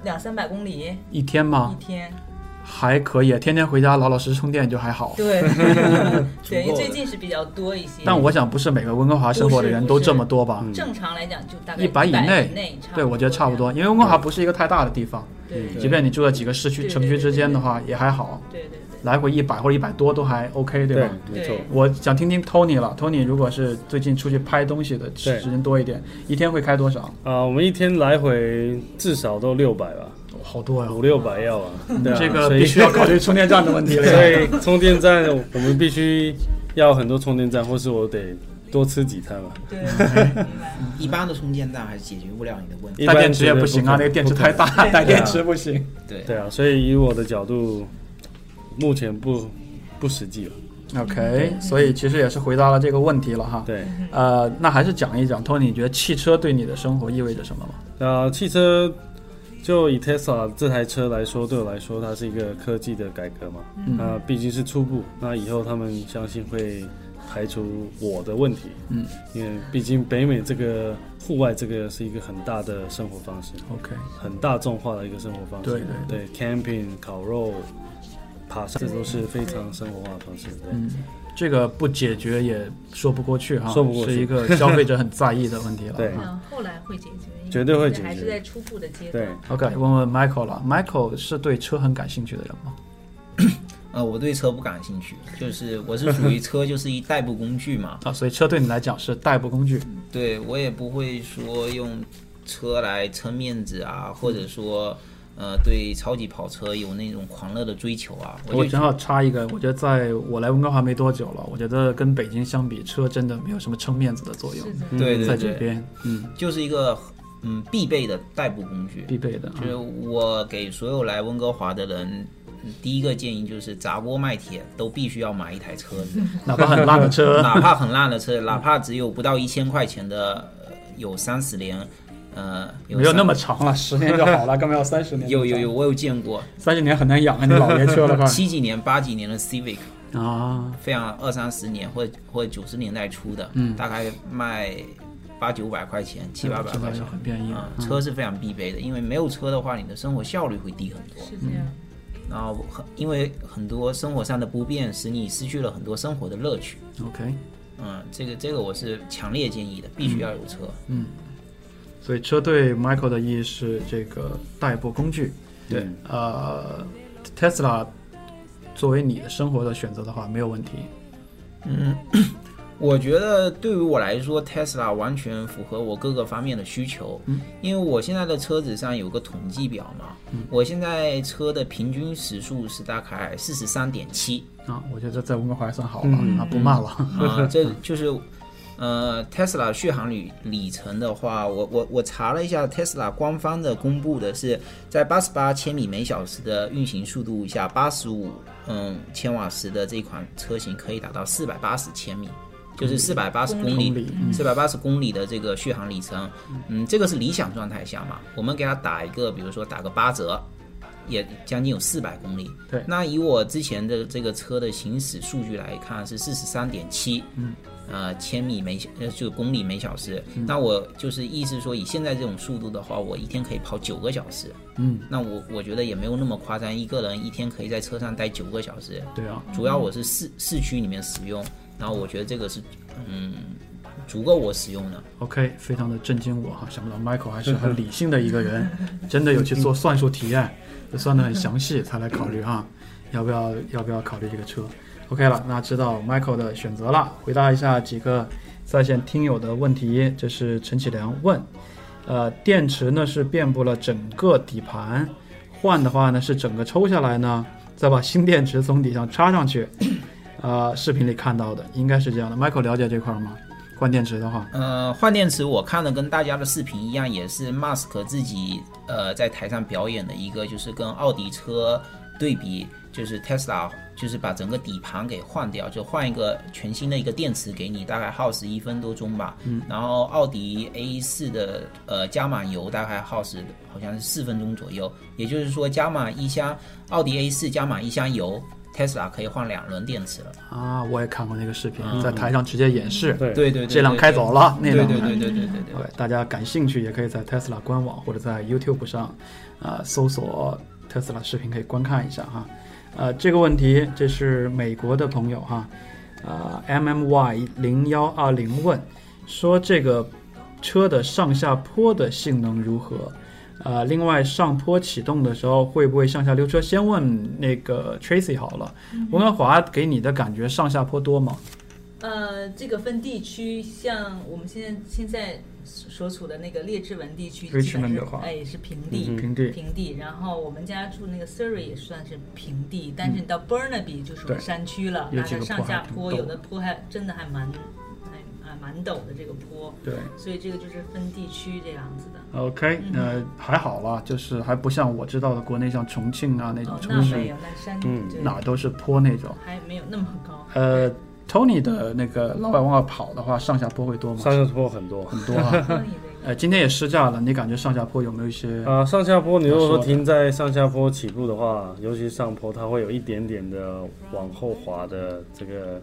Speaker 2: 两三百公里
Speaker 1: 一天吗
Speaker 2: 一？天，
Speaker 1: 还可以，天天回家老老实实充电就还好。
Speaker 2: 对对，因
Speaker 4: 足够
Speaker 2: 为
Speaker 4: 的
Speaker 2: 最近是比较多一些。
Speaker 1: 但我想，不是每个温哥华生活的人都这么多吧？
Speaker 4: 嗯
Speaker 2: 正常来讲就大概
Speaker 1: 100
Speaker 2: 100
Speaker 1: 以
Speaker 2: 以
Speaker 1: 内
Speaker 2: 内差不多这样，
Speaker 1: 对，我觉得差不多，因为温哥华不是一个太大的地方，
Speaker 2: 对。
Speaker 4: 嗯
Speaker 2: 对
Speaker 1: 即便你住在几个市区、
Speaker 2: 对
Speaker 1: 城区之间的话，也还好，
Speaker 2: 对对对，
Speaker 1: 来回一百或者一百多都还 OK，对吧？
Speaker 4: 没错，
Speaker 1: 我想听听 Tony 了，Tony 如果是最近出去拍东西的时
Speaker 4: 对
Speaker 1: 时间多一点，一天会开多少？
Speaker 4: 啊、我们一天来回至少都六百吧，
Speaker 1: 好多呀、
Speaker 4: 五六百要啊，对啊
Speaker 1: 哦嗯这个
Speaker 4: 所
Speaker 1: 必
Speaker 4: 以
Speaker 1: 须要考虑充电站的问题了
Speaker 4: 所
Speaker 1: 呀。
Speaker 4: 以充电站我们必须要很多充电站，或是我得多吃几餐嘛。
Speaker 2: 对，
Speaker 1: 嗯
Speaker 2: 明白。
Speaker 3: 一般的充电站还是解决不了你的问题。
Speaker 4: 一
Speaker 1: 带
Speaker 4: 般
Speaker 1: 电池也不行啊，那
Speaker 4: 觉
Speaker 1: 个
Speaker 4: 得
Speaker 1: 电池
Speaker 4: 不可
Speaker 1: 太 大，带电
Speaker 4: 对啊
Speaker 1: 池不行。
Speaker 3: 对，
Speaker 4: 对啊，所以以我的角度，目前不不实际了。
Speaker 1: OK，所以其实也是回答了这个问题了哈。
Speaker 4: 对，
Speaker 1: 呃，那还是讲一讲，Tony，你觉得汽车对你的生活意味着什么吗？
Speaker 4: 呃，汽车就以 Tesla 这台车来说，对我来说，它是一个科技的改革嘛。
Speaker 1: 嗯
Speaker 4: 那毕竟是初步，那以后他们相信会排除我的问题。
Speaker 1: 嗯，
Speaker 4: 因为毕竟北美这个户外这个是一个很大的生活方式，
Speaker 1: ，OK，
Speaker 4: 很大众化的一个生活方式。
Speaker 1: 对对
Speaker 4: 对，camping、烤肉、爬山，这都是非常生活化的方式。对，
Speaker 1: 嗯，这个不解决也说不过去哈，
Speaker 4: 说不过去
Speaker 1: 是一个 消费者很在意的问题了。
Speaker 4: 对
Speaker 1: 哈
Speaker 2: 嗯，后来会解决，
Speaker 4: 绝对会解决
Speaker 2: 还是在初步的阶
Speaker 4: 对
Speaker 2: 段。
Speaker 1: OK，问问 Michael 了，Michael 是对车很感兴趣的人吗？
Speaker 3: 呃，我对车不感兴趣，就是我是属于车就是一代步工具嘛，
Speaker 1: 啊，所以车对你来讲是代步工具。
Speaker 3: 对我也不会说用车来撑面子啊，或者说呃对超级跑车有那种狂热的追求啊。我
Speaker 1: 我
Speaker 3: 就
Speaker 1: 正好插一个，我觉得在我来温哥华没多久了，我觉得跟北京相比，车真的没有什么撑面子的作用
Speaker 2: 是，的，
Speaker 3: 对
Speaker 1: 在
Speaker 3: 对
Speaker 1: 这
Speaker 3: 对，
Speaker 1: 边，嗯，
Speaker 3: 就是一个嗯必备的代步工具。
Speaker 1: 必备的。啊
Speaker 3: 就是我给所有来温哥华的人，嗯第一个建议就是砸锅卖铁都必须要买一台车子，
Speaker 1: 哪怕很烂的 车，
Speaker 3: 哪怕很烂的车，哪怕只有不到一千块钱的，呃有三十年，呃，有
Speaker 1: 没有那
Speaker 3: 三
Speaker 1: 么长了，十年就 好了，干嘛要三十年？
Speaker 3: 有有有，，我有见过？
Speaker 1: 三十年很难养啊，你老爷车了吧
Speaker 3: 七几年、八几年的 Civic，
Speaker 1: 啊，
Speaker 3: 非常二三十年或者或者九十年代初的，
Speaker 1: 嗯
Speaker 3: 大概卖八九百块钱，七八百
Speaker 1: 这
Speaker 3: 块
Speaker 1: 个
Speaker 3: 钱
Speaker 1: 就。很便宜
Speaker 3: 啊
Speaker 1: 了。、嗯
Speaker 3: 车是非常必备的，因为没有车的话，你的生活效率会低很多。
Speaker 2: 是这样。
Speaker 3: 然后很因为很多生活上的不便，使你失去了很多生活的乐趣。
Speaker 1: OK，
Speaker 3: 嗯，这个这个我是强烈建议的，必须要有车。
Speaker 1: 所以车对 Michael 的意义是这个代步工具。
Speaker 4: 对，
Speaker 1: 呃，Tesla 作为你的生活的选择的话，没有问题。
Speaker 3: 我觉得对于我来说，Tesla 完全符合我各个方面的需求。嗯，因为我现在的车子上有个统计表嘛，我现在车的平均时速是大概四十三点 七
Speaker 1: 啊，我觉得在温哥华还算好了、
Speaker 4: 嗯
Speaker 1: 啊，不慢了。
Speaker 3: 啊，这就是。呃，Tesla 续航里里程的话，我我我查了一下，Tesla 官方的公布的是在八十八千米每小时的运行速度下，八十五嗯千瓦时的这款车型可以达到四百八十千米，就是四百八十公
Speaker 1: 公
Speaker 3: 里
Speaker 1: 里，嗯
Speaker 3: 四百八十公里的这个续航里程。嗯，这个是理想状态下嘛，我们给它打一个，比如说打个八折，也将近有四百公里。
Speaker 1: 对
Speaker 3: 那以我之前的这个车的行驶数据来看，是四十三点七，嗯，呃，千米每小呃就公里每小时。那我就是意思说，以现在这种速度的话，我一天可以跑九个小时。
Speaker 1: 嗯，
Speaker 3: 那我我觉得也没有那么夸张，一个人一天可以在车上待九个小时。
Speaker 1: 对啊，
Speaker 3: 主要我是市市区里面使用，然后我觉得这个是嗯足够我使用的。
Speaker 1: OK，非常的震惊我哈，想不到 Michael 还是很理性的一个人， 真的有去做算术题验，就算得很详细才来考虑哈， 要不要要不要考虑这个车？OK 了，那知道 Michael 的选择了，回答一下几个在线听友的问题，这是陈启良问。呃，电池呢是遍布了整个底盘，换的话呢是整个抽下来呢，再把新电池从底上插上去。 呃，视频里看到的应该是这样的。Michael 了解这块吗？换电池的话，
Speaker 3: 呃，换电池我看了跟大家的视频一样，也是 Mask 自己呃在台上表演的一个，就是跟奥迪车对比，就是 Tesla 就是把整个底盘给换掉，就换一个全新的一个电池给你，大概耗时一分多钟吧。嗯。然后奥迪 A 4的呃加满油大概耗时好像是四分钟左右，也就是说加满一箱奥迪 A 4加满一箱油，Tesla 可以换两轮电池了。
Speaker 1: 啊，我也看过那个视频，在台上直接演示。
Speaker 4: 对
Speaker 3: 嗯对对对，
Speaker 1: 这辆开走了，那
Speaker 3: 对。
Speaker 1: 辆
Speaker 3: 对对对对对对对。
Speaker 1: 对，大家感兴趣也可以在 Tesla 官网或者在 YouTube 上，啊、搜索 Tesla 视频可以观看一下哈。呃，这个问题这是美国的朋友哈，啊、m m y 零幺二零问说这个车的上下坡的性能如何？呃，另外上坡启动的时候会不会向下溜车？先问那个 Tracy 好了，温哥华给你的感觉上下坡多吗？
Speaker 4: 嗯
Speaker 2: 呃，这个分地区，像我们现在现在所处的那个列治文地区，基本
Speaker 1: Richmond
Speaker 2: 是
Speaker 1: 的话
Speaker 2: 哎是平地，
Speaker 4: 嗯
Speaker 1: 平地
Speaker 2: 平地。然后我们家住那个 Surrey 也算是平地，但是你
Speaker 4: 嗯
Speaker 2: 到 Burnaby 就属
Speaker 1: 对
Speaker 2: 于山区了，
Speaker 1: 有
Speaker 2: 它
Speaker 1: 几
Speaker 2: 的
Speaker 1: 个
Speaker 2: 上
Speaker 1: 坡还
Speaker 2: 下
Speaker 1: 挺
Speaker 2: 坡，
Speaker 1: 陡
Speaker 2: 有的坡还真的还蛮还还蛮陡的这个坡，
Speaker 1: 对。
Speaker 2: 所以这个就是分地区这样子的。
Speaker 1: OK，
Speaker 2: 嗯
Speaker 1: 呃，还好啦，就是还不像我知道的国内像重庆啊那种
Speaker 2: 哦，
Speaker 1: 城
Speaker 2: 那没
Speaker 1: 市，
Speaker 2: 有，那山
Speaker 4: 嗯
Speaker 2: 对
Speaker 1: 哪都是坡那种。
Speaker 2: 还没有那么高。
Speaker 1: 呃，Tony 的那个老百往外跑的话，上下坡会多吗？
Speaker 4: 上下坡很多。
Speaker 1: 很多 啊。
Speaker 2: 那你的
Speaker 1: 呃，今天也试驾了，你感觉上下坡有没有一些？
Speaker 4: 啊，上下坡，你如果
Speaker 1: 说
Speaker 4: 说
Speaker 1: 的
Speaker 4: 停在上下坡起步的话，尤其是上坡，它会有一点点的往后滑的这个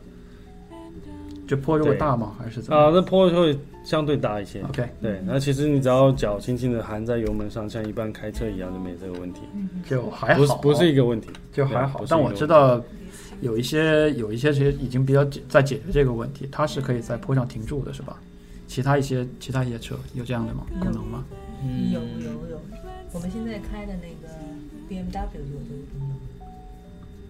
Speaker 1: 这坡如果
Speaker 4: 对呃
Speaker 1: 大吗？还是怎么
Speaker 4: 啊，那坡会相对大一些。
Speaker 1: ？OK，
Speaker 4: 对，那其实你只要脚轻轻的含在油门上，像一般开车一样，就没这个问题，
Speaker 1: 就还
Speaker 4: 不是
Speaker 1: 好，
Speaker 4: 不是一个问题。
Speaker 1: 就还好
Speaker 4: 对不。是
Speaker 1: 但
Speaker 4: 一
Speaker 1: 我
Speaker 4: 个
Speaker 1: 知道有一些有一些其实已经比较解在解决这个问题，它是可以在坡上停住的，是吧？其他一些其他一些车有这样的吗？功能吗？
Speaker 3: 嗯
Speaker 2: 有有有，我们现在开的那个 BMW 就有这个功能。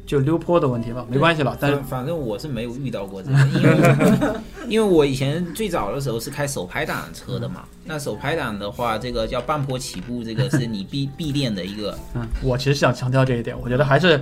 Speaker 1: 就溜坡的问题吧，没关系了。但是
Speaker 4: 呃
Speaker 3: 反反正我是没有遇到 过这个，因为我因为我以前最早的时候是开手排档车的嘛。那手排档的话，这个叫半坡起步，这个是你 必必练的一个。
Speaker 1: 嗯，我其实想强调这一点，我觉得还是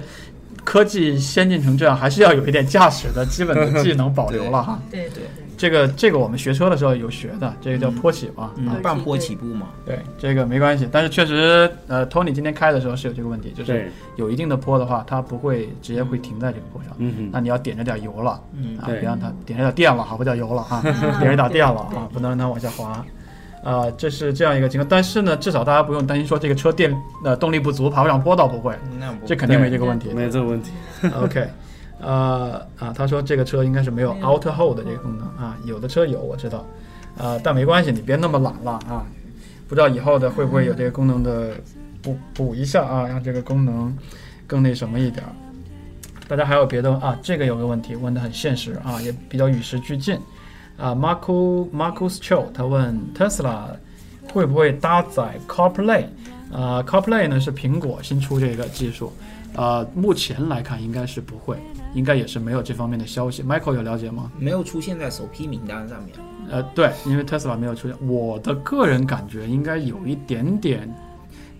Speaker 1: 科技先进成这样，还是要有一点驾驶的基本的技能保留了哈。
Speaker 2: 对对
Speaker 3: 对
Speaker 2: 对。
Speaker 1: 这个这个我们学车的时候有学的，这个叫坡起嘛。
Speaker 3: 嗯，半坡起步嘛。
Speaker 1: 对，这个没关系，但是确实，呃，Tony 今天开的时候是有这个问题，就是
Speaker 4: 对，
Speaker 1: 有一定的坡的话，它不会直接会停在这个坡上，
Speaker 4: 嗯
Speaker 1: 那你要点着点油了，
Speaker 3: 嗯
Speaker 1: 啊，
Speaker 4: 对
Speaker 1: 别让它点着点电了哈，不叫油了啊，点着点电了啊，不能让它往下滑。啊、这是这样一个情况，但是呢，至少大家不用担心说这个车电呃动力不足，爬不上坡倒不会，
Speaker 3: 嗯那不
Speaker 1: 这肯定没
Speaker 4: 对
Speaker 1: 这个问题
Speaker 4: 哼，。没有这个问题。
Speaker 1: OK，呃啊，他说这个车应该是没有 Out Hold 的这个功能啊，有的车有我知道，啊，但没关系，你别那么懒了啊，不知道以后的会不会有这个功能的补补一下啊，让这个功能更那什么一点儿。大家还有别的啊？这个有个问题问的很现实啊，也比较与时俱进啊。Marco Marcus Cho 他问 Tesla 会不会搭载 CarPlay？啊 c a r p l a y 呢是苹果新出这个技术，呃，目前来看应该是不会，应该也是没有这方面的消息。Michael 有了解吗？
Speaker 3: 没有出现在首批名单上面。
Speaker 1: 呃，对，因为 Tesla 没有出现。我的个人感觉应该有一点点，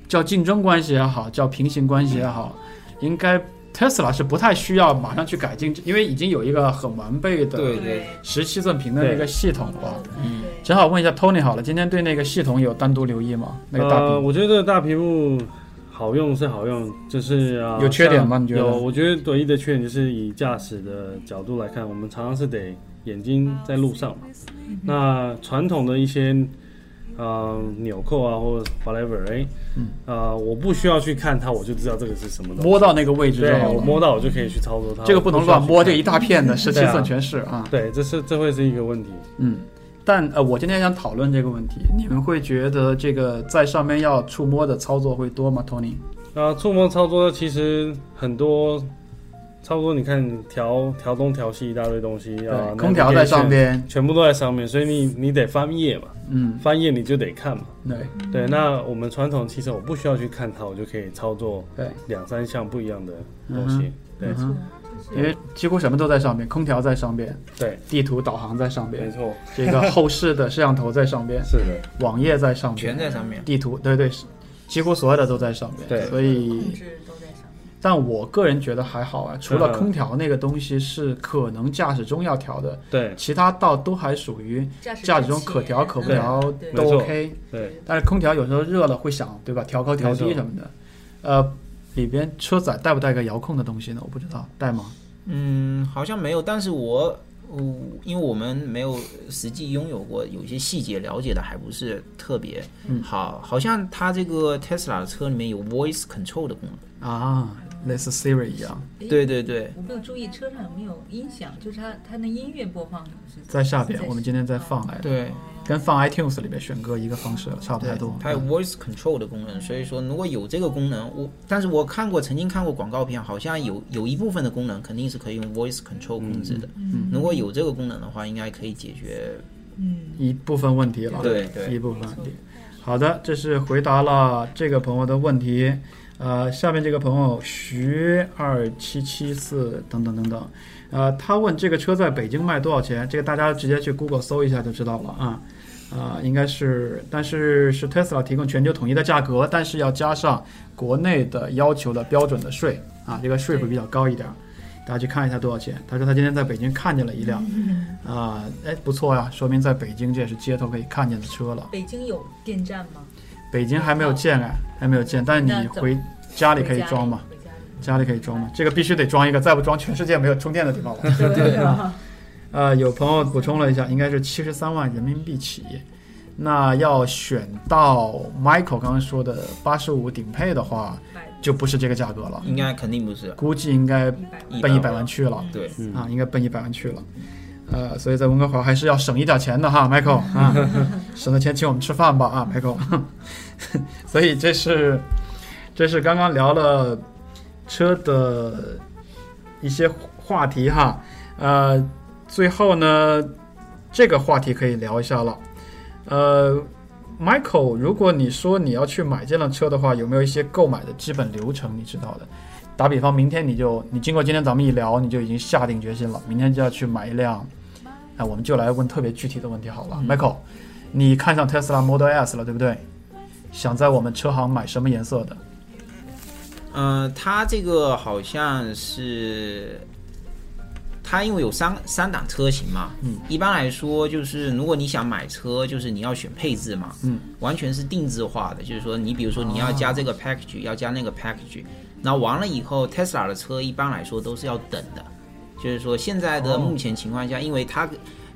Speaker 1: 叫竞争关系也好，叫平行关系也好，应该 Tesla 是不太需要马上去改进，因为已经有一个很完备的
Speaker 3: 对对
Speaker 1: 十七寸屏的那个系统了。
Speaker 3: 嗯
Speaker 1: 正好问一下 Tony 好了，今天对那个系统有单独留意吗？那个大
Speaker 4: 呃，
Speaker 1: 屏
Speaker 4: 我觉得大屏幕好用是好用，就是啊，
Speaker 1: 有缺点吗
Speaker 4: 像
Speaker 1: 你觉得
Speaker 4: 有，我觉得唯一的缺点就是以驾驶的角度来看，我们常常是得眼睛在路上嘛。
Speaker 1: 嗯
Speaker 4: 那传统的一些呃纽扣啊，或者 whatever，哎，呃，我不需要去看它，我就知道这个是什么东西。
Speaker 1: 嗯摸到那个位置
Speaker 4: 对
Speaker 1: 之，后
Speaker 4: 我，摸到我就可以去操作它。
Speaker 1: 这个不能乱摸，
Speaker 4: 我
Speaker 1: 这
Speaker 4: 需要
Speaker 1: 一
Speaker 4: 去
Speaker 1: 大片的十七
Speaker 4: 对啊
Speaker 1: 寸全是啊。
Speaker 4: 看。对，这是这会是一个问题。
Speaker 1: 嗯，但呃，我今天想讨论这个问题，你们会觉得这个在上面要触摸的操作会多吗，Tony？
Speaker 4: 啊，触摸操作其实很多，差不多你看调调东调西一大堆东西啊，
Speaker 1: 空调在上，边，
Speaker 4: 全部都在上面，所以你你得翻页嘛，
Speaker 1: 嗯，
Speaker 4: 翻页你就得看嘛。
Speaker 1: 对
Speaker 4: 对，那我们传统汽车我不需要去看它，我就可以操作
Speaker 1: 对，
Speaker 4: 两三项不一样的东西。对
Speaker 1: 嗯，哼因为几乎什么都在上面，空调在上边，
Speaker 4: 对，
Speaker 1: 地图导航在上
Speaker 4: 没
Speaker 1: 边，
Speaker 4: 错，
Speaker 1: 这个后视的摄像头在上边，
Speaker 4: 是的，
Speaker 1: 网页在上
Speaker 3: 全
Speaker 1: 边，
Speaker 3: 在上面。
Speaker 1: 地图对对，是几乎所有的都在上边。
Speaker 4: 对
Speaker 1: 所
Speaker 2: 控
Speaker 1: 以，
Speaker 2: 制都在上面。
Speaker 1: 但我个人觉得还好啊，除了
Speaker 4: 嗯
Speaker 1: 空调那个东西是可能驾驶中要调的，
Speaker 4: 对
Speaker 1: 其他倒都还属于
Speaker 2: 驾驶
Speaker 1: 驾驶中可调可不
Speaker 4: 对
Speaker 1: 调
Speaker 2: 对
Speaker 4: 没
Speaker 1: 都
Speaker 4: 错
Speaker 1: OK。
Speaker 4: 对，
Speaker 1: 但是空调有时候热了会响，对吧？调高调低
Speaker 4: 没错
Speaker 1: 什么的，呃，里边车载带不带个遥控的东西呢？我不知道，带吗？
Speaker 3: 嗯，好像没有，但是我。嗯，因为我们没有实际拥有过，有一些细节了解的还不是特别好。好像它这个 Tesla 的车里面有 voice control 的功
Speaker 1: 啊，类似 Siri 一样，
Speaker 2: 诶
Speaker 3: 能。对对对，
Speaker 2: 我没有注意车上有没有音响，就是它它那音乐播放是
Speaker 1: 在下边我们今天在放来的，
Speaker 3: 对，
Speaker 1: 跟放 iTunes 里边选歌一个方式差不太
Speaker 3: 对
Speaker 1: 多，。嗯
Speaker 3: 它有 voice control 的功能，所以说如果有这个功能，我但是我看过曾经看过广告片，好像有有一部分的功能肯定是可以用 voice control 控制的。
Speaker 1: 嗯
Speaker 3: 如果有这个功能的话，应该可以解决。
Speaker 2: 嗯，
Speaker 1: 一部分问题了，
Speaker 3: 对对
Speaker 1: 一部分问题。好的，这是回答了这个朋友的问题。呃，下面这个朋友徐二七七四等等等等，呃，他问这个车在北京卖多少钱？这个大家直接去 Google 搜一下就知道了啊。啊、应该是，但是是 Tesla 提供全球统一的价格，但是要加上国内的要求的标准的税啊，这个税会比较高一点儿。大家去看一下多少钱。他说他今天在北京看见了一辆，啊、哎，不错呀、说明在北京这也是街头可以看见的车了。
Speaker 2: 北京有电站吗？
Speaker 1: 北京还没有建哎，还没有建，但是
Speaker 2: 那
Speaker 1: 你
Speaker 2: 怎么
Speaker 1: 回家里可以装嘛？
Speaker 2: 回家里？
Speaker 1: 家里可以装嘛？这个必须得装一个，再不装全世界没有充电的地方 了。
Speaker 2: 回家里对啊，
Speaker 1: 呃，有朋友补充了一下，应该是七十三万人民币起。那要选到 Michael 刚刚说的八十五顶配的话，
Speaker 2: 百
Speaker 1: 就不是这个价格了，
Speaker 3: 应该肯定不是，
Speaker 1: 估计应该
Speaker 2: 一百
Speaker 3: 一
Speaker 1: 奔一百万去了。
Speaker 3: 对，
Speaker 4: 嗯
Speaker 1: 啊，应该奔一百万去了。呃，所以在温哥华还是要省一点钱的哈，Michael 啊，省的钱请我们吃饭吧啊，Michael。所以这是这是刚刚聊了车的一些话题哈，呃，最后呢这个话题可以聊一下了，呃。Michael，如果你说你要去买这辆车的话，有没有一些购买的基本流程你知道的？打比方，明天你就你经过今天咱们一聊，你就已经下定决心了，明天就要去买一辆。哎，我们就来问特别具体的问题好了、m i c h a e l 你看上 Tesla Model S 了，对不对？想在我们车行买什么颜色的？
Speaker 3: 嗯，它这个好像是，它因为有三三档车型嘛，嗯，一般来说就是如果你想买车，就是你要选配置嘛，
Speaker 1: 嗯，
Speaker 3: 完全是定制化的，就是说你比如说你要加这个 package，、要加那个 package，那完了以后，Tesla 的车一般来说都是要等的，就是说现在的目前情况下，因为它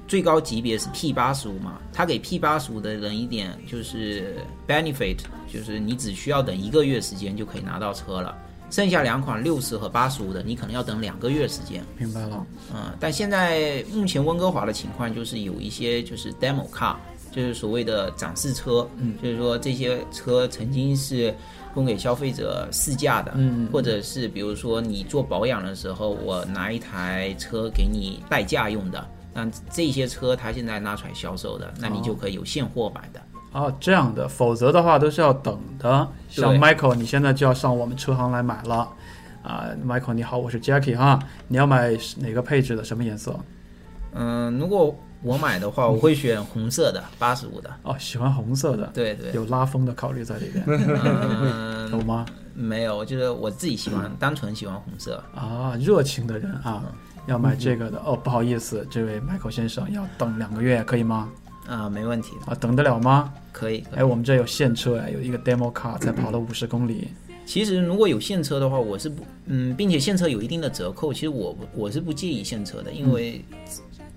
Speaker 3: 最高级别是 P 八十五嘛，它给 P 八十五的人一点就是 benefit，就是你只需要等一个月时间就可以拿到车了。剩下两款六十和八十五的，你可能要等两个月时间。
Speaker 1: 明白了，
Speaker 3: 嗯，但现在目前温哥华的情况就是有一些就是 demo car，就是所谓的展示车，嗯，就是说这些车曾经是供给消费者试驾的，嗯，或者是比如说你做保养的时候，我拿一台车给你代驾用的，那这些车它现在拿出来销售的，那你就可以有现货版的。
Speaker 1: 哦，这样的，否则的话都是要等的。像
Speaker 3: 对
Speaker 1: Michael，你现在就要上我们车行来买了。啊、m i c h a e l 你好，我是 Jackie 哈，你要买哪个配置的，什么颜色？
Speaker 3: 嗯，如果我买的话，我会选红色的，八十五的。
Speaker 1: 哦，喜欢红色的，
Speaker 3: 对对，
Speaker 1: 有拉风的考虑在里边，
Speaker 3: 嗯，
Speaker 1: 有吗？
Speaker 3: 没有，就是我自己喜欢，单纯喜欢红色。
Speaker 1: 啊，热情的人啊，要买这个的哦。不好意思，这位 Michael 先生要等两个月，可以吗？
Speaker 3: 啊，没问题的，
Speaker 1: 啊，等得了吗？
Speaker 3: 可以。可以
Speaker 1: 哎，我们这有现车哎，有一个 demo car 才跑了五十公里，
Speaker 3: 其实如果有现车的话，我是不，嗯，并且现车有一定的折扣，其实我不我是不介意现车的，因为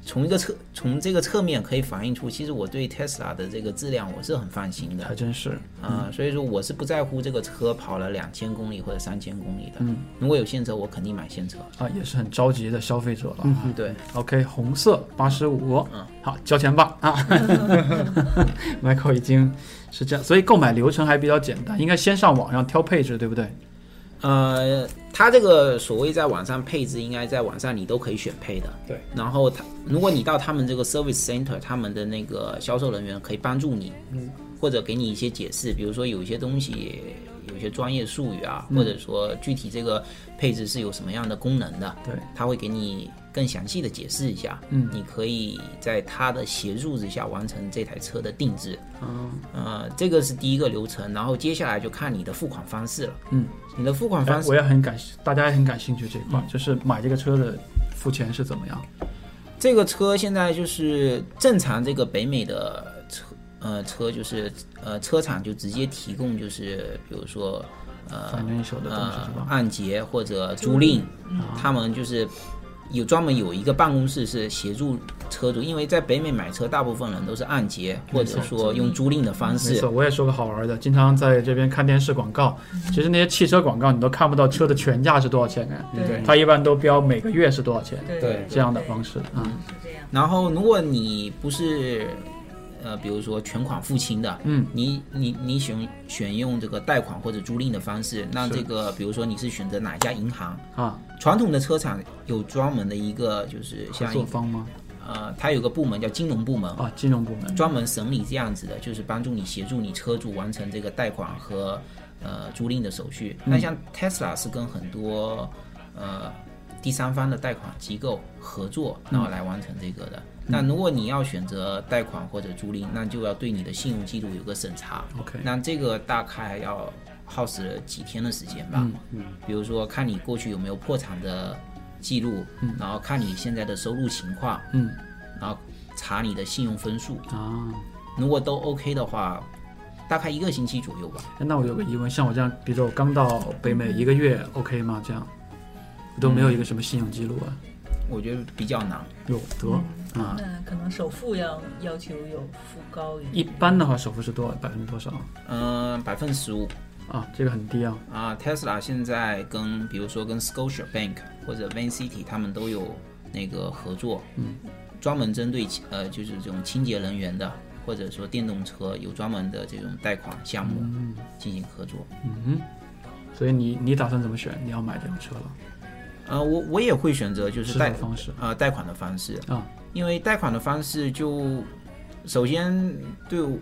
Speaker 3: 从一个侧从这个侧面可以反映出，其实我对 Tesla 的这个质量我是很放心的
Speaker 1: 还真是。
Speaker 3: 啊、所以说我是不在乎这个车跑了两千公里或者三千公里的。嗯，如果有现车，我肯定买现车。
Speaker 1: 啊，也是很着急的消费者了啊。
Speaker 3: 对，
Speaker 1: OK，红色八十五，好，交钱吧啊 ！Michael 已经是这样，所以购买流程还比较简单，应该先上网上挑配置，对不对？
Speaker 3: 呃，它这个所谓在网上配置，应该在网上你都可以选配的。
Speaker 4: 对。
Speaker 3: 然后它，如果你到他们这个 service center，他们的那个销售人员可以帮助你，嗯，或者给你一些解释，比如说有一些东西有有些专业术语啊，
Speaker 1: 嗯
Speaker 3: 或者说具体这个配置是有什么样的功能的，
Speaker 1: 对，
Speaker 3: 它会给你更详细的解释一下。
Speaker 1: 嗯
Speaker 3: 你可以在它的协助之下完成这台车的定制。
Speaker 1: 嗯
Speaker 3: 呃，这个是第一个流程，然后接下来就看你的付款方式了。
Speaker 1: 嗯，
Speaker 3: 你的付款
Speaker 1: 哎
Speaker 3: 方式
Speaker 1: 我也很感，大家也很感兴趣这一块，就是买这个车的付钱是怎么样？
Speaker 3: 这个车现在就是正常这个北美的车，呃，车就是呃车厂就直接提供就是比如说呃
Speaker 1: 反正一手的东西
Speaker 3: 呃
Speaker 1: 是吧？啊
Speaker 3: 按揭或者租赁，他们就是有专门有一个办公室是协助车主，因为在北美买车大部分人都是按揭或者说用租赁的方
Speaker 1: 没
Speaker 3: 式
Speaker 1: 错，。我也说个好玩的，经常在这边看电视广告，其实那些汽车广告你都看不到车的全价是多少钱哎，
Speaker 2: 对
Speaker 1: 它一般都标每个月是多少钱
Speaker 2: 对
Speaker 4: 对
Speaker 1: 这样的方式啊。
Speaker 2: 是这样，
Speaker 3: 然后如果你不是呃比如说全款付清的，
Speaker 1: 嗯，
Speaker 3: 你你你选选用这个贷款或者租赁的方式，那
Speaker 1: 是
Speaker 3: 这个比如说你是选择哪一家银行？
Speaker 1: 啊，
Speaker 3: 传统的车厂有专门的一个，就是
Speaker 1: 合
Speaker 3: 像一
Speaker 1: 作方吗？
Speaker 3: 呃，它有个部门叫金融部门，
Speaker 1: 啊，金融部门
Speaker 3: 专门审理这样子的，就是帮助你协助你车主完成这个贷款和呃租赁的手续。那像 Tesla 是跟很多呃第三方的贷款机构合作，然后来完成这个的。那如果你要选择贷款或者租赁，那就要对你的信用记录有个审查。
Speaker 1: ，OK，
Speaker 3: 那这个大概要耗时几天的时间吧。嗯，比如说看你过去有没有破产的记录，嗯，然后看你现在的收入情况，
Speaker 1: 嗯，
Speaker 3: 然后查你的信用分数，
Speaker 1: 啊，
Speaker 3: 如果都 OK 的话，大概一个星期左右吧。
Speaker 1: 哎那我有个疑问，像我这样，比如说我刚到北美一个月，OK 吗？这样都没有一个什么信用记录啊？
Speaker 3: 我觉得比较难。
Speaker 1: 有得啊，
Speaker 2: 那可能首付要要求有付高于
Speaker 1: 一般的话首付是多百分之多少
Speaker 3: 嗯、百分之十五
Speaker 1: 啊？这个很低啊，
Speaker 3: 啊，Tesla 现在跟比如说跟 Scotia Bank 或者 Van City 他们都有那个合作，嗯，专门针对呃就是这种清洁能源的或者说电动车有专门的这种贷款项目进行合作。
Speaker 1: 嗯哼，所以你你打算怎么选？你要买这辆车了，
Speaker 3: 呃，我我也会选择就是
Speaker 1: 是
Speaker 3: 贷
Speaker 1: 的方式
Speaker 3: 呃贷款的方式，
Speaker 1: 啊，
Speaker 3: 因为贷款的方式就，首先对我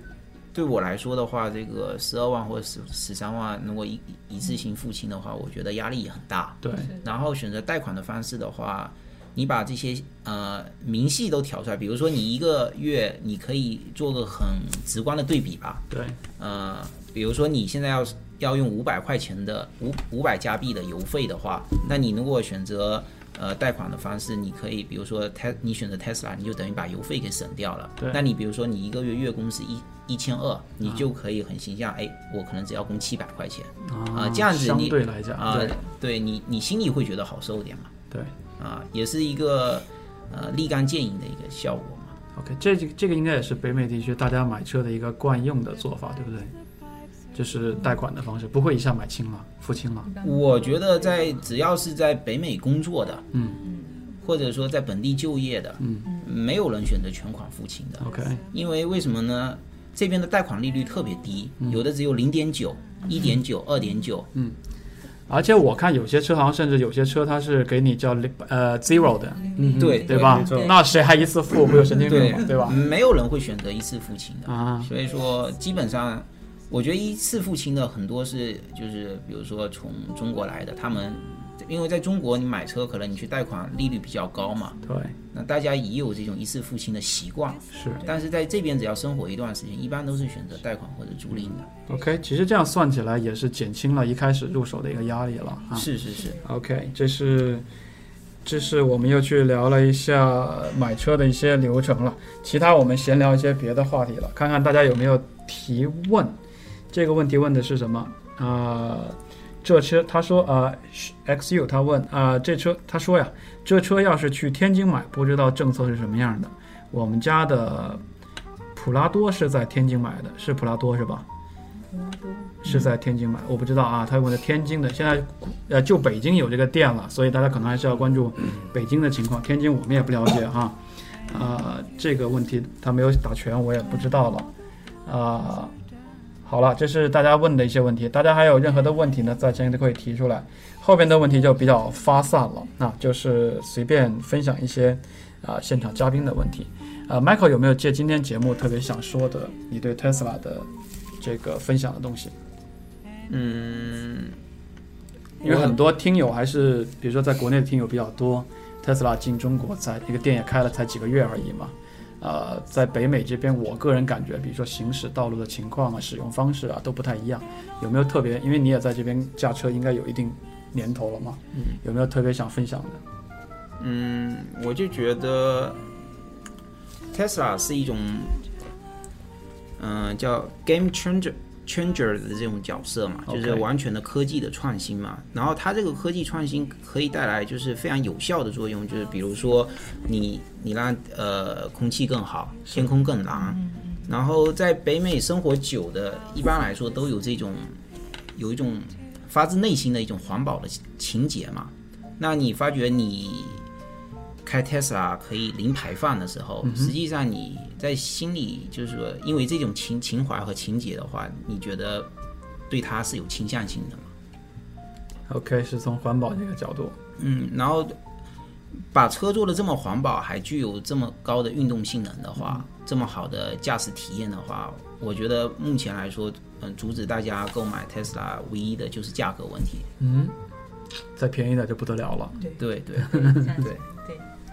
Speaker 3: 对我来说的话，这个十二万或十十三万，如果一一次性付清的话，我觉得压力也很
Speaker 2: 啊
Speaker 3: 大。
Speaker 1: 对，
Speaker 3: 然后选择贷款的方式的话，你把这些呃明细都挑出来，比如说你一个月你可以做个很直观的对比吧，
Speaker 1: 对，
Speaker 3: 呃，比如说你现在要要用五百块钱的五五百加币的邮费的话，那你如果选择呃贷款的方式，你可以比如说 Tes 你选择 Tesla，你就等于把邮费给省掉了。
Speaker 1: 对
Speaker 3: 那你比如说你一个月月供是一一千二，你就可以很形象，哎，我可能只要供七百块钱
Speaker 1: 啊
Speaker 3: 这样子
Speaker 1: 相
Speaker 3: 你
Speaker 1: 对来讲，
Speaker 3: 啊、
Speaker 1: 对
Speaker 3: 对你你心里会觉得好受一点嘛，
Speaker 1: 对
Speaker 3: 啊、也是一个呃立竿见影的一个效果嘛。
Speaker 1: ，OK，这这这个应该也是北美地区大家买车的一个惯用的做法，对不对？就是贷款的方式，不会一下买清了，付清了，
Speaker 3: 我觉得在只要是在北美工作的，嗯，或者说在本地就业的，嗯，没有人选择全款付清的，
Speaker 1: OK，
Speaker 3: 因为为什么呢？这边的贷款利率特别低，
Speaker 1: 嗯
Speaker 3: 有的只有零点九、一点九、二点九，
Speaker 1: 而且我看有些车行甚至有些车它是给你叫零呃 zero 的，
Speaker 4: 嗯
Speaker 3: 对
Speaker 1: 对吧
Speaker 4: 没错？
Speaker 1: 那谁还一次付？会有神经病吗？嗯对
Speaker 3: 对嗯
Speaker 1: 吧？
Speaker 3: 没有人会选择一次付清的，
Speaker 1: 啊，
Speaker 3: 所以说基本上，我觉得一次付清的很多是就是比如说从中国来的，他们因为在中国你买车可能你去贷款利率比较高嘛，
Speaker 1: 对，
Speaker 3: 那大家也有这种一次付清的习惯，
Speaker 1: 是
Speaker 3: 但是在这边只要生活一段时间，一般都是选择贷款或者租赁的。
Speaker 1: OK。其实这样算起来也是减轻了一开始入手的一个压力了啊。
Speaker 3: 是是是，
Speaker 1: OK，这是这是我们又去聊了一下买车的一些流程了，其他我们闲聊一些别的话题了，看看大家有没有提问。这个问题问的是什么啊、这车他说啊、XU 他问啊、这车他说呀，这车要是去天津买，不知道政策是什么样的。我们家的普拉多是在天津买的，是普拉多是吧？是在天津买，我不知道啊。他问的天津的，现在呃就北京有这个店了，所以大家可能还是要关注北京的情况。天津我们也不了解啊，啊、这个问题他没有打全，我也不知道了。啊、好了，这是大家问的一些问题，大家还有任何的问题呢，在前面都可以提出来。后边的问题就比较发散了，那就是随便分享一些啊、现场嘉宾的问题。啊、m i c h a e l 有没有借今天节目特别想说的，你对 Tesla 的这个分享的东西？
Speaker 3: 嗯，
Speaker 1: 因为很多听友还是，比如说在国内的听友比较多，Tesla 进中国才一个店也开了才几个月而已嘛。呃，在北美这边，我个人感觉，比如说行驶道路的情况啊、使用方式啊都不太一样。有没有特别？因为你也在这边驾车，应该有一定年头了嘛。
Speaker 3: 嗯
Speaker 1: 有没有特别想分享的？
Speaker 3: 嗯，我就觉得 Tesla 是一种，嗯、叫 game changer changer 的这种角色嘛，就是
Speaker 1: OK
Speaker 3: 完全的科技的创新嘛。然后它这个科技创新可以带来就是非常有效的作用，就是比如说你你让呃空气更好，天空更蓝。嗯然后在北美生活久的，一般来说都有这种有一种发自内心的一种环保的情节嘛。那你发觉你开 Tesla 可以零排放的时候，实际上你在心里就是说，因为这种情情怀和情节的话，你觉得对它是有倾向性的嘛？
Speaker 1: OK，是从环保这个角度，
Speaker 3: 嗯，然后把车做的这么环保，还具有这么高的运动性能的话，这么好的驾驶体验的话，我觉得目前来说，嗯，阻止大家购买 Tesla 唯一的就是价格问题。
Speaker 1: 嗯，再便宜点就不得了了。
Speaker 3: 对对，
Speaker 2: 对
Speaker 3: 对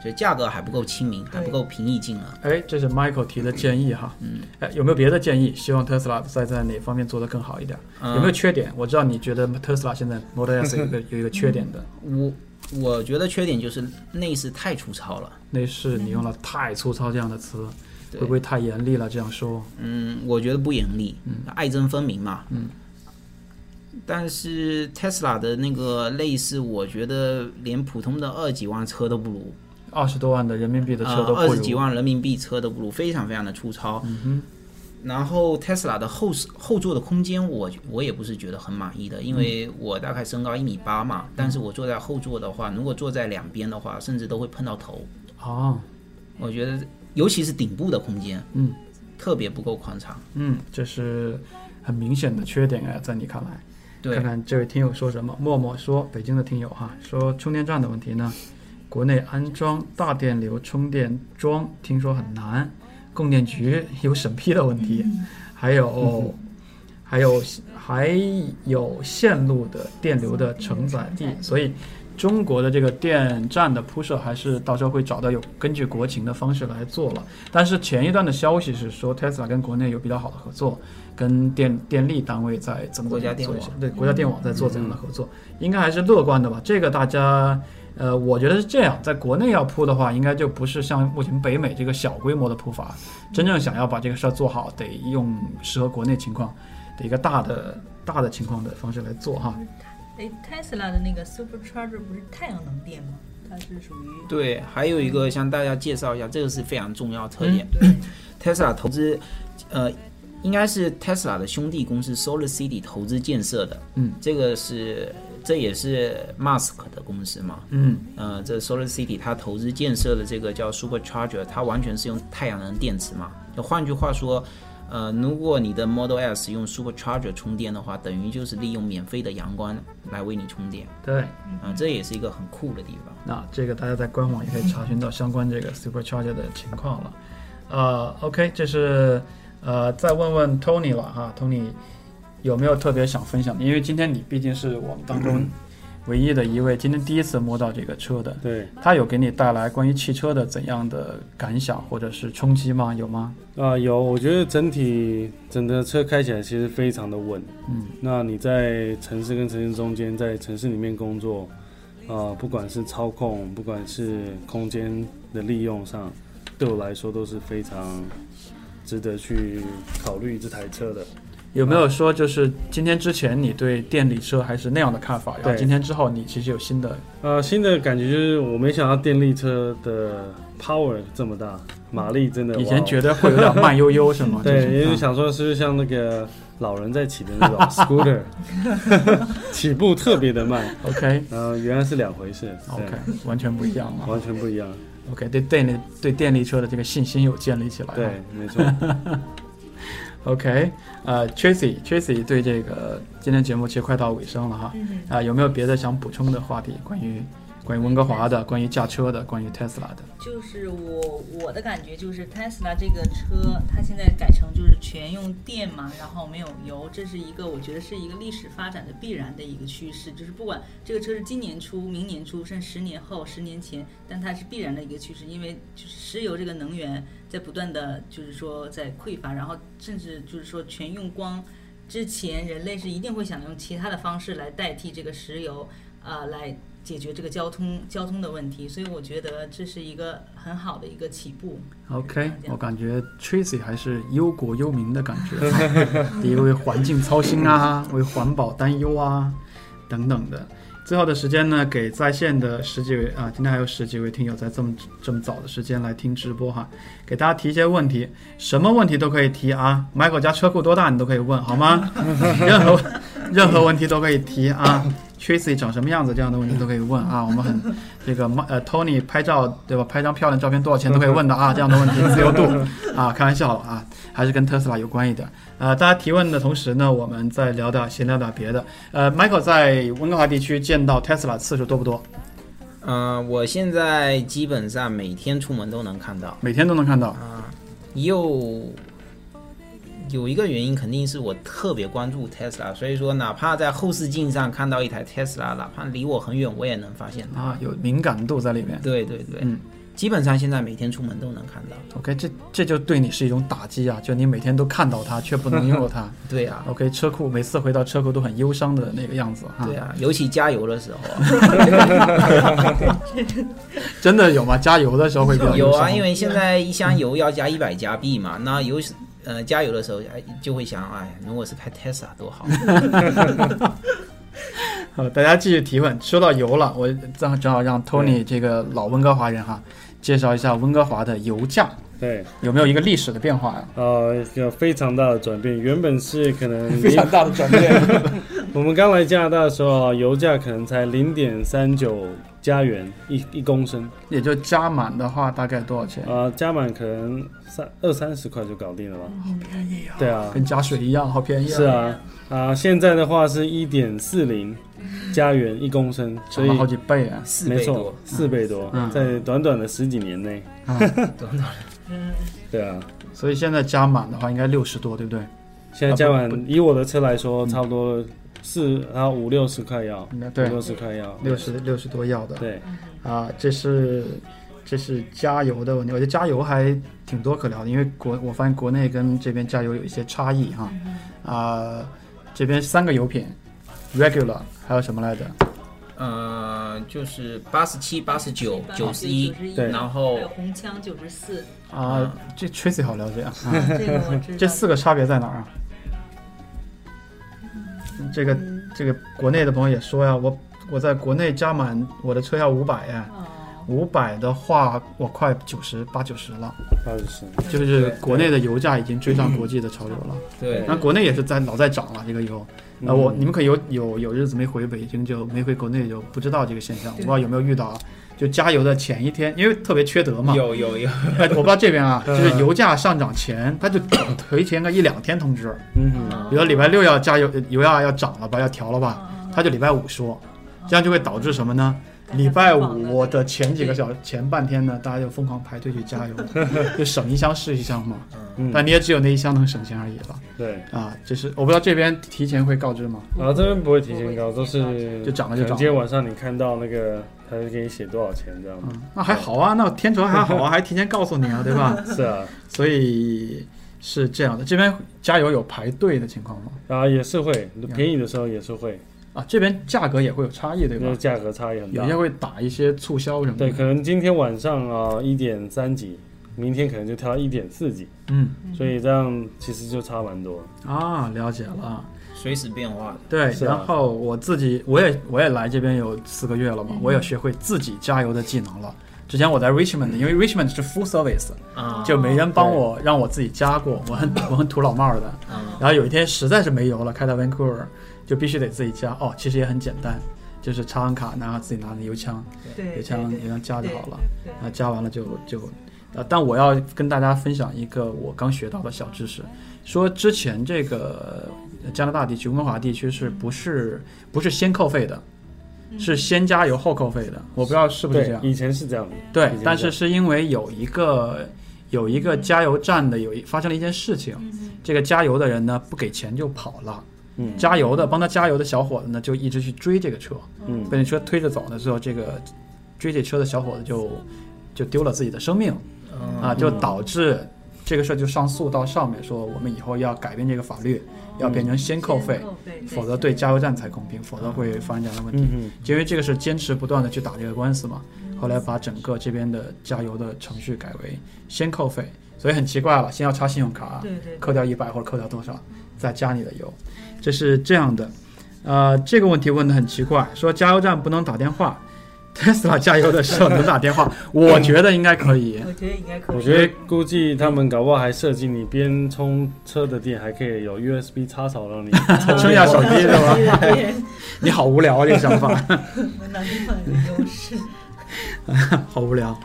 Speaker 3: 所以价格还不够亲民，还不够平易近人。
Speaker 1: 哎，这是 Michael 提的建议哈。嗯。哎，有没有别的建议？希望 Tesla 再在哪方面做得更好一点？有没有缺点？我知道你觉得 Tesla 现在 Model S 有一个有一个缺点的，
Speaker 3: 我我觉得缺点就是内饰太粗糙了。
Speaker 1: 那是你用了“太粗糙”这样的词，会
Speaker 3: 对
Speaker 1: 不会太严厉了？这样说，
Speaker 3: 嗯，我觉得不严厉，
Speaker 1: 嗯
Speaker 3: 爱憎分明嘛。嗯。但是 Tesla 的那个内饰，我觉得连普通的二几万车都不如，
Speaker 1: 二十多万的人民币的车都
Speaker 3: 呃、
Speaker 1: 不
Speaker 3: 二十几
Speaker 1: 如。嗯
Speaker 3: 万人民币车都不如，非常非常的粗糙。然后 Tesla 的后后座的空间我，我也不是觉得很满意的，因为我大概身高一米八嘛，
Speaker 1: 嗯
Speaker 3: 但是我坐在后座的话，如果坐在两边的话，甚至都会碰到头。
Speaker 1: 哦，
Speaker 3: 我觉得，尤其是顶部的空间，
Speaker 1: 嗯，
Speaker 3: 特别不够宽敞。
Speaker 1: 嗯，这是很明显的缺点哎，在你看来。
Speaker 3: 对
Speaker 1: 看，看这位听友说什么。默默说，北京的听友哈，说充电站的问题呢，国内安装大电流充电桩听说很难，供电局有审批的问题，还 有，还有还有线路的电流的承载地，所以中国的这个电站的铺设还是到时候会找到有根据国情的方式来做了。但是前一段的消息是说，Tesla 跟国内有比较好的合作，跟电电力单位在怎么
Speaker 3: 国家
Speaker 1: 怎么
Speaker 3: 电
Speaker 1: 做
Speaker 3: 网
Speaker 1: 对国家电网在做这样的合作，应该还是乐观的吧？这个大家。呃，我觉得是这样，在国内要铺的话，应该就不是像目前北美这个小规模的铺法，真正想要把这个事儿做好，得用适合国内情况的一个大的大的情况的方式来做哈。
Speaker 2: 哎，Tesla 的那个 Supercharger 不是太阳能电吗？它是属于
Speaker 3: 对，还有一个向大家介绍一下，这个是非常重要的特点。
Speaker 2: 对
Speaker 3: Tesla 投资，呃，应该是 Tesla 的兄弟公司 Solar City 投资建设的。
Speaker 1: 嗯，
Speaker 3: 这个是这也是 Musk 的公司嘛。
Speaker 1: 嗯，
Speaker 3: 呃，这 Solar City 它投资建设的这个叫 Supercharger，它完全是用太阳能电池嘛。就换句话说，呃，如果你的 Model S 用 Supercharger 充电的话，等于就是利用免费的阳光来为你充电。
Speaker 1: 对，
Speaker 3: 啊、这也是一个很酷的地方。
Speaker 1: 那这个大家在官网也可以查询到相关这个 Supercharger 的情况了。呃，OK，这是呃，再问问 Tony 了哈，Tony 有没有特别想分享的？因为今天你毕竟是我们当中唯一的一位，今天第一次摸到这个车的，
Speaker 4: 对，
Speaker 1: 它有给你带来关于汽车的怎样的感想或者是冲击吗？有吗？
Speaker 4: 啊、有，我觉得整体整个车开起来其实非常的稳。
Speaker 1: 嗯，
Speaker 4: 那你在城市跟城市中间，在城市里面工作，啊、不管是操控，不管是空间的利用上，对我来说都是非常值得去考虑这台车的。
Speaker 1: 有没有说就是今天之前你对电力车还是那样的看法，然后
Speaker 4: 对
Speaker 1: 今天之后你其实有新的
Speaker 4: 呃，新的感觉就是我没想到电力车的 power 这么大，马力真的。
Speaker 1: 以前
Speaker 4: 哇
Speaker 1: 觉得会有点慢悠悠是吗？
Speaker 4: 对，因为
Speaker 1: 啊就是
Speaker 4: 想说是不是像那个老人在骑的 那种 scooter，起步特别的慢，
Speaker 1: 嗯 OK
Speaker 4: 呃，原来是两回事。对
Speaker 1: OK，完全不一样了。
Speaker 4: 完全不一样。
Speaker 1: OK，对电力对电力车的这个信心有建立起来。
Speaker 4: 对，没错。
Speaker 1: ，OK，呃，Tracy Tracy 对这个今天节目其实快到尾声了哈，啊、有没有别的想补充的话题关于？关于温哥华的，关于驾车的，关于 Tesla 的。
Speaker 2: 就是我我的感觉就是 Tesla 这个车，它现在改成就是全用电嘛，然后没有油，这是一个我觉得是一个历史发展的必然的一个趋势，就是不管这个车是今年出、明年出，甚至十年后、十年前，但它是必然的一个趋势，因为就是石油这个能源在不断的就是说在匮乏，然后甚至就是说全用光之前，人类是一定会想用其他的方式来代替这个石油，啊、来解决这个交通交通的问题，所以我觉得这是一个很好的一个起步。
Speaker 1: OK，
Speaker 2: 这样
Speaker 1: 我感觉 Tracy 还是忧国忧民的感觉，第一个为环境操心啊，为环保担忧啊，等等的。最后的时间呢，给在线的十几位啊，今天还有十几位听友在这么这么早的时间来听直播哈，给大家提一些问题，什么问题都可以提啊。Michael 家车库多大你都可以问好吗？任何任何问题都可以提啊。Tracy 长什么样子这样的问题都可以问啊，我们很这个呃 Tony 拍照对吧？拍张漂亮照片多少钱都可以问的
Speaker 3: 嗯
Speaker 1: 啊，这样的问 题自由度啊，开玩笑了啊，还是跟特斯拉有关一点。呃，大家提问的同时呢，我们再聊点闲聊点别的。呃，Michael 在温哥华地区见到 Tesla 次数多不多？
Speaker 3: 嗯、我现在基本上每天出门都能看到。
Speaker 1: 每天都能看到。
Speaker 3: 又有一个原因，肯定是我特别关注 Tesla，所以说哪怕在后视镜上看到一台 Tesla，哪怕离我很远，我也能发现它。
Speaker 1: 啊，有敏感度在里面。
Speaker 3: 对对对，
Speaker 1: 嗯
Speaker 3: 基本上现在每天出门都能看到。
Speaker 1: OK，这这就对你是一种打击啊！就你每天都看到它，却不能拥有 它。
Speaker 3: 对啊，
Speaker 1: OK，车库每次回到车库都很忧伤的那个样子啊。
Speaker 3: 对啊，尤其加油的时候啊。
Speaker 1: 真的 有吗？加油的时候会嗯比较
Speaker 3: 有
Speaker 1: 忧伤
Speaker 3: 啊，因为现在一箱油要加一百加币嘛，那油呃加油的时候哎就会想，哎，如果是开 Tesla 多好。
Speaker 1: 好，大家继续提问。说到油了，我正正好让 Tony 这个老温哥华人哈，介绍一下温哥华的油价
Speaker 4: 对，
Speaker 1: 有没有一个历史的变化啊呀、
Speaker 4: 呃，一个非常大的转变，原本是 可能
Speaker 5: 非常大的转变。
Speaker 4: 我们刚来加拿大的时候啊，油价可能才零点三九加元一一公升，
Speaker 1: 也就加满的话，大概多少钱？
Speaker 4: 啊、加满可能三二三十块就搞定了吧？好便宜啊！对啊，
Speaker 1: 跟加水一样，好便宜、
Speaker 4: 是，啊，啊、现在的话是一点四零加元一公升，所
Speaker 1: 涨了
Speaker 4: 以
Speaker 1: 好几倍啊！
Speaker 3: 四
Speaker 4: 没
Speaker 3: 倍
Speaker 4: 错
Speaker 3: 多，，
Speaker 4: 四倍多，
Speaker 1: 嗯
Speaker 4: 在短短的十几年内，
Speaker 1: 啊，
Speaker 4: 对啊，
Speaker 1: 所以现在加满的话应该六十多，对不对？
Speaker 4: 现在加
Speaker 1: 啊
Speaker 4: 满
Speaker 1: 不不
Speaker 4: 以我的车来说，差不多四然后五六十块要，
Speaker 1: 应该
Speaker 4: 五
Speaker 1: 嗯对，
Speaker 4: 六十块要，
Speaker 1: 六十六十多要的。
Speaker 4: 对，
Speaker 1: 啊，这是这是加油的问题，我觉得加油还挺多可聊的，因为国我发现国内跟这边加油有一些差异哈。啊，这边三个油品，regular 还有什么来着？
Speaker 3: 呃，就是八十七、八十九、九十
Speaker 2: 91
Speaker 3: 一，
Speaker 4: 对
Speaker 3: 然
Speaker 2: 还
Speaker 3: 后
Speaker 2: 有红枪九十四，
Speaker 1: 啊，这 Tracy 好了解啊。
Speaker 2: 这个我知道。
Speaker 1: 这四个差别在哪儿啊？这个这个国内的朋友也说呀，我我在国内加满我的车要五百呀，
Speaker 2: 哦，
Speaker 1: 五百的话我快九十八九十了，
Speaker 4: 八十升，
Speaker 1: 就是国内的油价已经追上国际的潮流了。
Speaker 3: 对
Speaker 1: 那国内也是在老在涨了这个油。那我你们可有有有日子没回北京就没回国内就不知道这个现象，我不知道有没有遇到啊？就加油的前一天，因为特别缺德嘛，
Speaker 3: 有有有，
Speaker 1: 哎，我不知道这边啊，就是油价上涨前，他就提前个一两天通知，
Speaker 4: 嗯哼，
Speaker 1: 比如礼拜六要加油，油价要涨了吧，要调了吧，他就礼拜五说，这样就会导致什么呢？礼拜五的前几个小时、前半天呢，大家就疯狂排队去加油，就省一箱是一箱嘛。
Speaker 4: 嗯
Speaker 1: 但你也只有那一箱能省钱而已了
Speaker 4: 对。
Speaker 1: 啊！就是我不知道这边提前会告知吗？
Speaker 4: 然后这边不会提前高，都是
Speaker 1: 就涨了就涨了
Speaker 4: 可能今天晚上你看到那个，他就给你写多少钱这样。
Speaker 1: 嗯，那还好啊，那天成还好 啊，还提前告诉你啊，对 吧？
Speaker 4: 是啊，
Speaker 1: 所以是这样的，这边加油有排队的情况吗？
Speaker 4: 然后也是会
Speaker 1: 嗯
Speaker 4: 便宜的时候也是会，
Speaker 1: 啊，这边价格也会有差异，对
Speaker 4: 那
Speaker 1: 吧？
Speaker 4: 价格差异很
Speaker 1: 有
Speaker 4: 大
Speaker 1: 些。会打一些促销什么的。
Speaker 4: 对，可能今天晚上啊一点三几，明天可能就跳到一点四几，
Speaker 1: 嗯
Speaker 4: 所以这样其实就差蛮多。
Speaker 1: 啊，了解了。
Speaker 3: 随时变化的。
Speaker 1: 对，
Speaker 4: 是啊
Speaker 1: 然后我自己我也我也来这边有四个月了嘛，我也学会自己加油的技能了。之前我在 Richmond，因为 Richmond 是 full service，
Speaker 3: 啊
Speaker 1: 就没
Speaker 2: 哦
Speaker 1: 人帮我让我自己加过，我很我很土老帽儿的。
Speaker 2: 嗯
Speaker 1: 然后有一天实在是没油了，开到 Vancouver 就必须得自己加。哦，其实也很简单，就是插上卡，然后自己拿着油枪，
Speaker 2: 对，
Speaker 1: 油枪油枪加就好了。
Speaker 2: 对
Speaker 1: 啊，加完了就就，呃，但我要跟大家分享一个我刚学到的小知识，说之前这个呃加拿大地区、温哥华地区是不是不是先扣费的？
Speaker 2: 嗯
Speaker 1: 是先加油后扣费的，我不知道是不是这样。
Speaker 4: 对以前是这样的，以
Speaker 1: 对
Speaker 4: 前，
Speaker 1: 但
Speaker 4: 这
Speaker 1: 是
Speaker 4: 样嗯
Speaker 1: 是因为有一个有一个加油站的有一发生了一件事情，这个加油的人呢不给钱就跑了，
Speaker 4: 嗯
Speaker 1: 加油的帮他加油的小伙子呢就一直去追这个车，
Speaker 4: 嗯
Speaker 1: 被那车推着走的时候，这个追这车的小伙子就就丢了自己的生命啊，
Speaker 4: 嗯
Speaker 1: 就导致这个事儿就上诉到上面说我们以后要改变这个法律，要变成先扣费，
Speaker 2: 扣费
Speaker 1: 否则对加油站才公平，否则会发生这样的问题。
Speaker 4: 嗯哼
Speaker 1: 因为这个是坚持不断的去打这个官司嘛，后来把整个这边的加油的程序改为先扣费，所以很奇怪了，先要插信用卡，
Speaker 2: 对对对
Speaker 1: 扣掉一百或者扣掉多少，再加你的油，这是这样的。呃，这个问题问的很奇怪，说加油站不能打电话，Tesla 加油的时候能打电话，我觉得应该可以。
Speaker 2: 我觉得应该可以。
Speaker 4: 我觉得估计他们搞不好还设计你边充车的电还可以有 USB 插槽让你 充
Speaker 1: 充一下手机是 吧
Speaker 2: 对对对
Speaker 1: 你好无聊啊，这个想法。
Speaker 2: 南方的优势。
Speaker 1: 好无聊。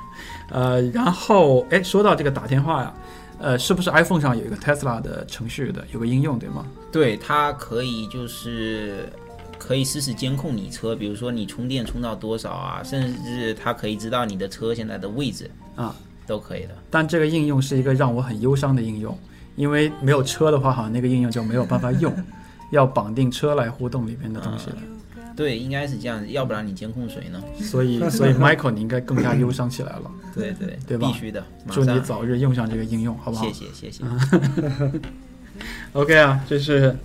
Speaker 1: 呃，然后哎，说到这个打电话呀，呃，是不是 iPhone 上有一个 Tesla 的程序的，有个应用对吗？
Speaker 3: 对，它可以就是可以实时监控你车，比如说你充电充到多少啊，甚至它可以知道你的车现在的位置
Speaker 1: 啊，
Speaker 3: 都可以的。
Speaker 1: 但这个应用是一个让我很忧伤的应用，因为没有车的话，好像那个应用就没有办法 用，要绑定车来互动里面的东西
Speaker 3: 啊
Speaker 1: 了。
Speaker 3: 对，应该是这样子，要不然你监控谁呢？
Speaker 1: 所以， 所以 Michael 你应该更加忧伤起来了。
Speaker 3: 对对，
Speaker 1: 对吧
Speaker 3: 必须的，嗯马
Speaker 1: 祝你
Speaker 3: 上。
Speaker 1: 早日用上这个应用，好不好嗯
Speaker 3: 谢谢谢谢。
Speaker 1: ？OK 啊，这是。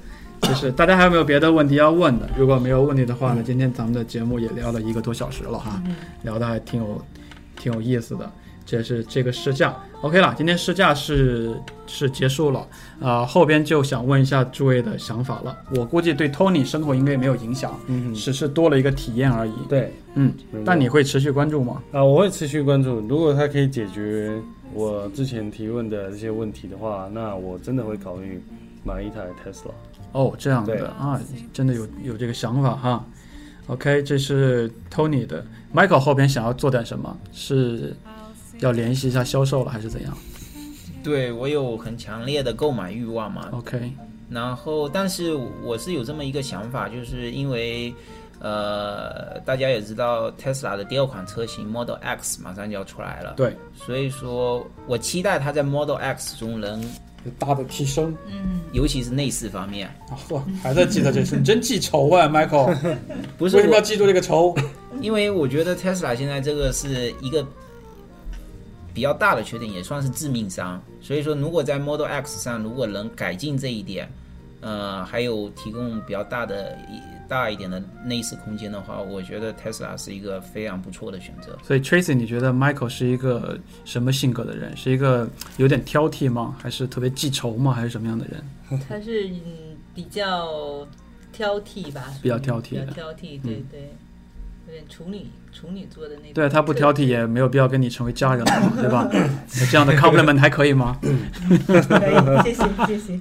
Speaker 1: 就是大家还有没有别的问题要问的？如果没有问题的话
Speaker 4: 嗯
Speaker 1: 呢，今天咱们的节目也聊了一个多小时了哈。聊的还挺有挺有意思的。这是这个试驾，OK 了，今天试驾是是结束了，啊、后边就想问一下诸位的想法了。我估计对 Tony 生活应该也没有影响，
Speaker 4: 嗯哼，
Speaker 1: 只是多了一个体验而已。
Speaker 4: 对
Speaker 1: 嗯
Speaker 4: 明白，
Speaker 1: 但你会持续关注吗？
Speaker 4: 啊，我会持续关注。如果它可以解决我之前提问的这些问题的话，那我真的会考虑买一台 Tesla。
Speaker 1: 哦，这样
Speaker 4: 对
Speaker 1: 的啊，真的有有这个想法哈。OK，这是 Tony 的，Michael 后边想要做点什么？是要联系一下销售了，还是怎样
Speaker 3: 对我有很强烈的购买欲望嘛，
Speaker 1: ？OK，
Speaker 3: 然后，但是我是有这么一个想法，就是因为，呃，大家也知道 Tesla 的第二款车型 Model X 马上就要出来了，
Speaker 1: 对，
Speaker 3: 所以说我期待它在 Model X 中能，
Speaker 1: 有大的提升。
Speaker 2: 嗯，
Speaker 3: 尤其是内饰方面，
Speaker 1: 嚯，还在记得这事，你真记仇啊，Michael！
Speaker 3: 不是我，
Speaker 1: 记住这个仇？
Speaker 3: 因为我觉得 Tesla 现在这个是一个比较大的缺点，也算是致命伤。所以说，如果在 Model X 上如果能改进这一点，呃，还有提供比较大的一大一点的内饰空间的话，我觉得 Tesla 是一个非常不错的选择。
Speaker 1: 所以 Tracy，你觉得 Michael 是一个什么性格的人？是一个有点挑剔吗？还是特别记仇吗？还是什么样的人？
Speaker 2: 他是嗯比较挑剔吧，
Speaker 1: 比较挑剔
Speaker 2: 比较
Speaker 1: 的嗯
Speaker 2: 挑剔，对对，有点处女处女座的那种。
Speaker 1: 对他不挑剔，也没有必要跟你成为家人了嘛，对吧？这样的 compliment 还可以吗
Speaker 2: 剔，谢谢谢谢。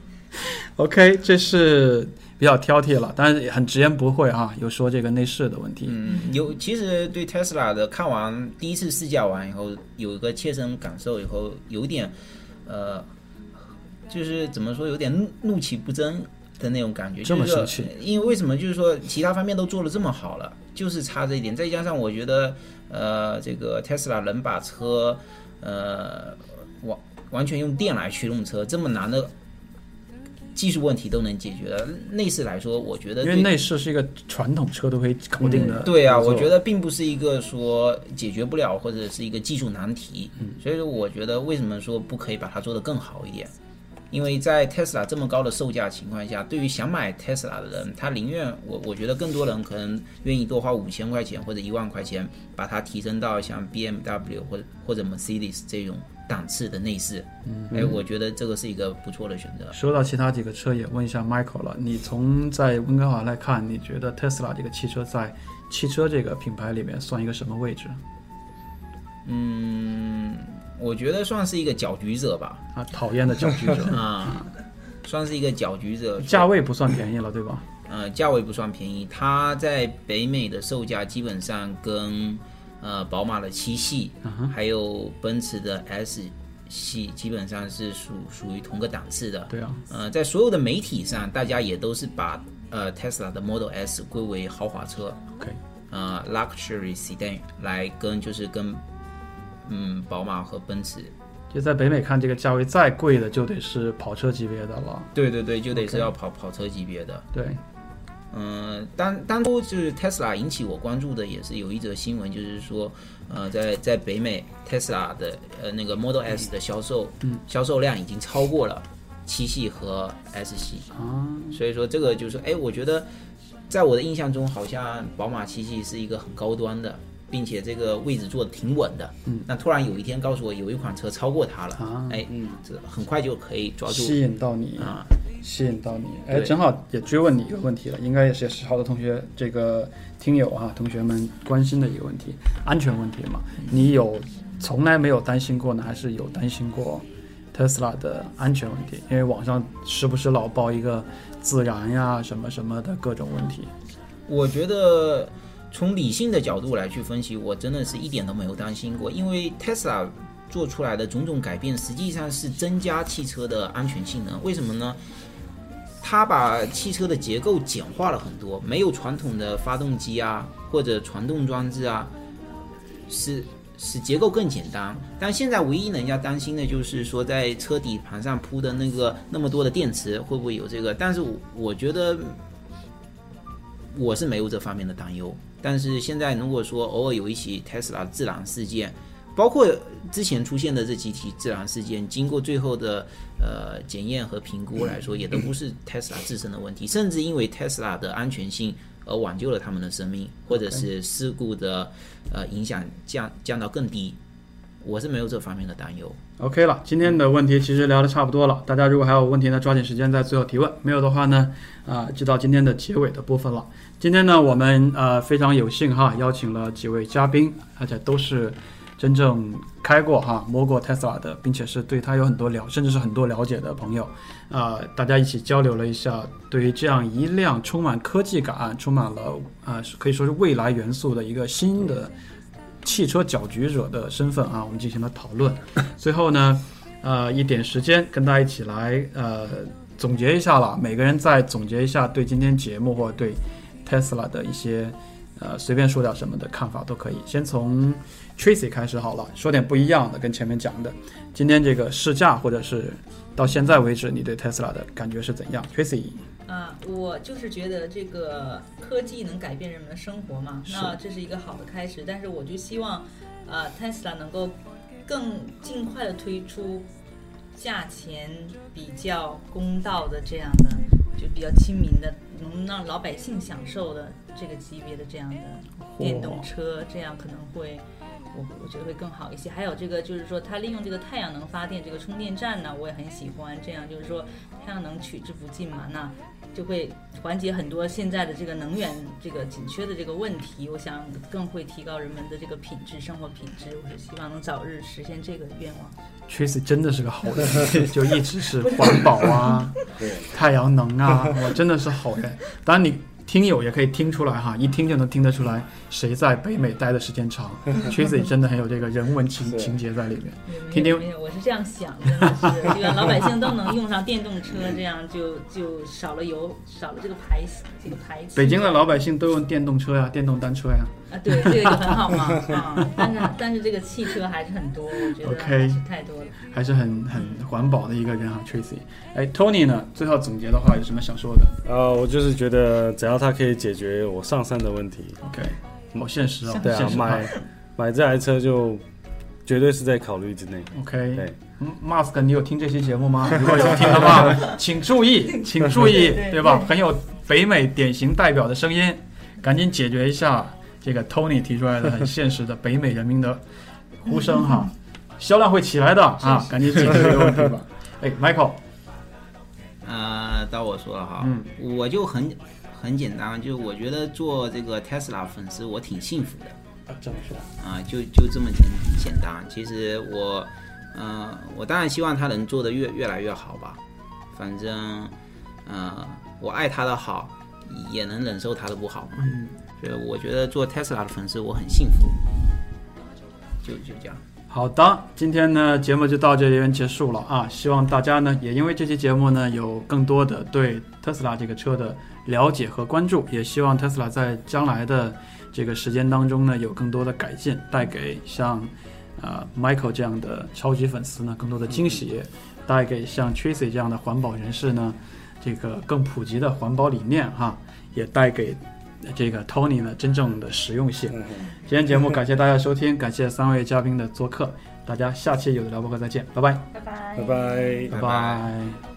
Speaker 1: ？OK，这是比较挑剔了，但是很直言不讳啊，有说这个内饰的问题。
Speaker 3: 嗯，有其实对 Tesla 的看完第一次试驾完以后，有一个切身感受以后，有点，呃，就是怎么说，有点怒怒其不争的那种感觉。
Speaker 1: 这么
Speaker 3: 就是
Speaker 1: 生
Speaker 3: 说
Speaker 1: 气？
Speaker 3: 因为为什么？就是说其他方面都做的这么好了，就是差这一点。再加上我觉得，呃，这个 Tesla 能把车，呃，完完全用电来驱动车，这么难的。技术问题都能解决的，内饰来说，我觉得
Speaker 1: 因
Speaker 3: 对
Speaker 1: 为内饰是一个传统车都可以搞定的，
Speaker 3: 对啊，
Speaker 4: 没错
Speaker 3: 我觉得并不是一个说解决不了或者是一个技术难题，所以说我觉得为什么说不可以把它做得更好一点？因为在 Tesla 这么高的售价情况下，对于想买 Tesla 的人，他宁愿我我觉得更多人可能愿意多花五千块钱或者一万块钱，把它提升到像 BMW 或者或者 Mercedes 这种档次的内饰。嗯，哎，我觉得这个是一个不错的选择。
Speaker 1: 说到其他几个车，也问一下 Michael 了。你从在温哥华来看，你觉得 Tesla 这个汽车在汽车这个品牌里面算一个什么位置
Speaker 3: 我觉得算是一个搅局者吧，
Speaker 1: 啊？讨厌的搅局者，
Speaker 3: 啊、算是一个搅局者。
Speaker 1: 价位不算便宜了，对吧？
Speaker 3: 呃，价位不算便宜，它在北美的售价基本上跟呃宝马的七系，还有奔驰的 S 系基本上是属属于同个档次的。
Speaker 1: 对啊，
Speaker 3: 呃，在所有的媒体上，大家也都是把呃 Tesla 的 Model S 归为豪华车。
Speaker 1: OK
Speaker 3: 呃 luxury sedan 来跟就是跟嗯宝马和奔驰
Speaker 1: 就在北美看，这个价位再贵的就得是跑车级别的了。
Speaker 3: 对对对，就得是要跑跑车级别的。
Speaker 1: 对，
Speaker 3: 嗯，当当初就是 Tesla 引起我关注的也是有一则新闻，就是说，呃，在在北美 Tesla 的呃那个 Model S 的销售、销售量已经超过了七系和 S 系，
Speaker 1: 啊，
Speaker 3: 所以说这个就是，哎，我觉得在我的印象中，好像宝马七系是一个很高端的，并且这个位置坐的挺稳的。嗯，那突然有一天告诉我有一款车超过它了，
Speaker 1: 啊
Speaker 3: 哎，嗯，这很快就可以抓住
Speaker 1: 吸引到你，
Speaker 3: 啊，
Speaker 1: 吸引到你。哎，
Speaker 3: 对
Speaker 1: 正好也追问你一个问题了，应该也是也是好多同学这个听友啊，同学们关心的一个问题，安全问题嘛。
Speaker 3: 嗯
Speaker 1: 你有从来没有担心过呢，还是有担心过 Tesla 的安全问题？因为网上时不时老爆一个自燃呀、什么什么的各种问题。
Speaker 3: 我觉得从理性的角度来去分析，我真的是一点都没有担心过，因为 Tesla 做出来的种种改变，实际上是增加汽车的安全性能。为什么呢？它把汽车的结构简化了很多，没有传统的发动机啊或者传动装置啊，使使结构更简单。但现在唯一人家担心的就是说，在车底盘上铺的那个那么多的电池会不会有这个？但是我我觉得我是没有这方面的担忧。但是现在如果说偶尔有一起 Tesla 自燃事件，包括之前出现的这几起自燃事件，经过最后的呃检验和评估来说，也都不是 Tesla 自身的问题，甚至因为 Tesla 的安全性而挽救了他们的生命，或者是事故的呃影响降降到更低。我是没有这方面的担忧。
Speaker 1: OK 了，今天的问题其实聊的差不多了。大家如果还有问题呢，抓紧时间在最后提问；没有的话呢，啊、就到今天的结尾的部分了。今天呢，我们呃非常有幸哈，邀请了几位嘉宾，而且都是真正开过哈摸过 Tesla 的，并且是对它有很多了，甚至是很多了解的朋友。啊、大家一起交流了一下对于这样一辆充满科技感、充满了啊、可以说是未来元素的一个新的汽车搅局者的身份啊，我们进行了讨论。 最后呢，呃，一点时间跟大家一起来呃总结一下了，每个人再总结一下对今天节目或者对 Tesla 的一些呃随便说点什么的看法都可以。先从 Tracy 开始好了，说点不一样的，跟前面讲的。今天这个试驾或者是到现在为止，你对 Tesla 的感觉是怎样？Tracy，
Speaker 2: 啊，我就是觉得这个科技能改变人们的生活嘛，
Speaker 1: 是
Speaker 2: 那这是一个好的开始。但是我就希望，呃，Tesla 能够更尽快的推出价钱比较公道的这样的，就比较亲民的，能让老百姓享受的这个级别的这样的电动车，这样可能会。我我觉得会更好一些。还有这个就是说，它利用这个太阳能发电这个充电站呢，我也很喜欢。这样就是说，太阳能取之不尽嘛，那就会缓解很多现在的这个能源这个紧缺的这个问题。我想更会提高人们的这个品质，生活品质。我是希望能早日实现这个愿望。
Speaker 1: Tracy 真的是个好 人，就一直是环保啊，太阳能 啊，我真的是好人。当然，你听友也可以听出来哈，一听就能听得出来谁在北美待的时间 长。Tracy 真的很有这个人文情
Speaker 4: 是
Speaker 1: 情节在里面。
Speaker 2: 没
Speaker 1: 天
Speaker 2: 有
Speaker 1: 天
Speaker 2: 没有，我是这样想，真的是，这个老百姓都能用上电动车，这样就就少了油，少了这个排这个排气。
Speaker 1: 北京啊的老百姓都用电动车呀、电动单车呀、
Speaker 2: 啊，对，这个就很好嘛，啊，但是但是这个汽车还是很多，我觉得
Speaker 1: OK
Speaker 2: 还是太多了。
Speaker 1: 还是很很环保的一个人哈。Tracy，哎，Tony 呢？最后总结的话有什么想说的
Speaker 4: 呃，我就是觉得只要它可以解决我上山的问题，
Speaker 1: ？OK，好现实哦，
Speaker 4: 对啊
Speaker 1: 现，实派
Speaker 4: 买买这台车就绝对是在考虑之内。
Speaker 1: OK，
Speaker 4: 对
Speaker 1: 嗯，Mask，你有听这期节目 吗？如果有听的话，请注意，请注意，对吧？很有北美典型代表的声音，赶紧解决一下这个 Tony 提出来的很现实的北美人民的呼声 哈，销量会起来的啊！赶紧解决这个问题吧。哎，Michael，
Speaker 3: 呃，到我说了哈，
Speaker 1: 嗯
Speaker 3: 我就很很简单，就我觉得做这个 Tesla 粉丝，我挺幸福的。
Speaker 1: 这么说，
Speaker 3: 啊、就就这么简简单。其实我，呃，我当然希望他能做得越越来越好吧。反正，呃，我爱他的好，也能忍受他的不好嘛。
Speaker 1: 嗯，
Speaker 3: 所以我觉得做 Tesla 的粉丝我很幸福。就就这样。
Speaker 1: 好的，今天呢节目就到这边结束了啊！希望大家呢也因为这期节目呢有更多的对特斯拉这个车的了解和关注，也希望特斯拉在将来的这个时间当中呢，有更多的改进，带给像呃 Michael 这样的超级粉丝呢更多的惊喜，带给像 Tracy 这样的环保人士呢这个更普及的环保理念哈，也带给这个 Tony 呢真正的实用性。今天节目感谢大家收听，感谢三位嘉宾的做客，大家下期有的聊播客再见，拜拜，
Speaker 2: 拜
Speaker 4: 拜
Speaker 3: 拜
Speaker 4: 拜。
Speaker 1: 拜拜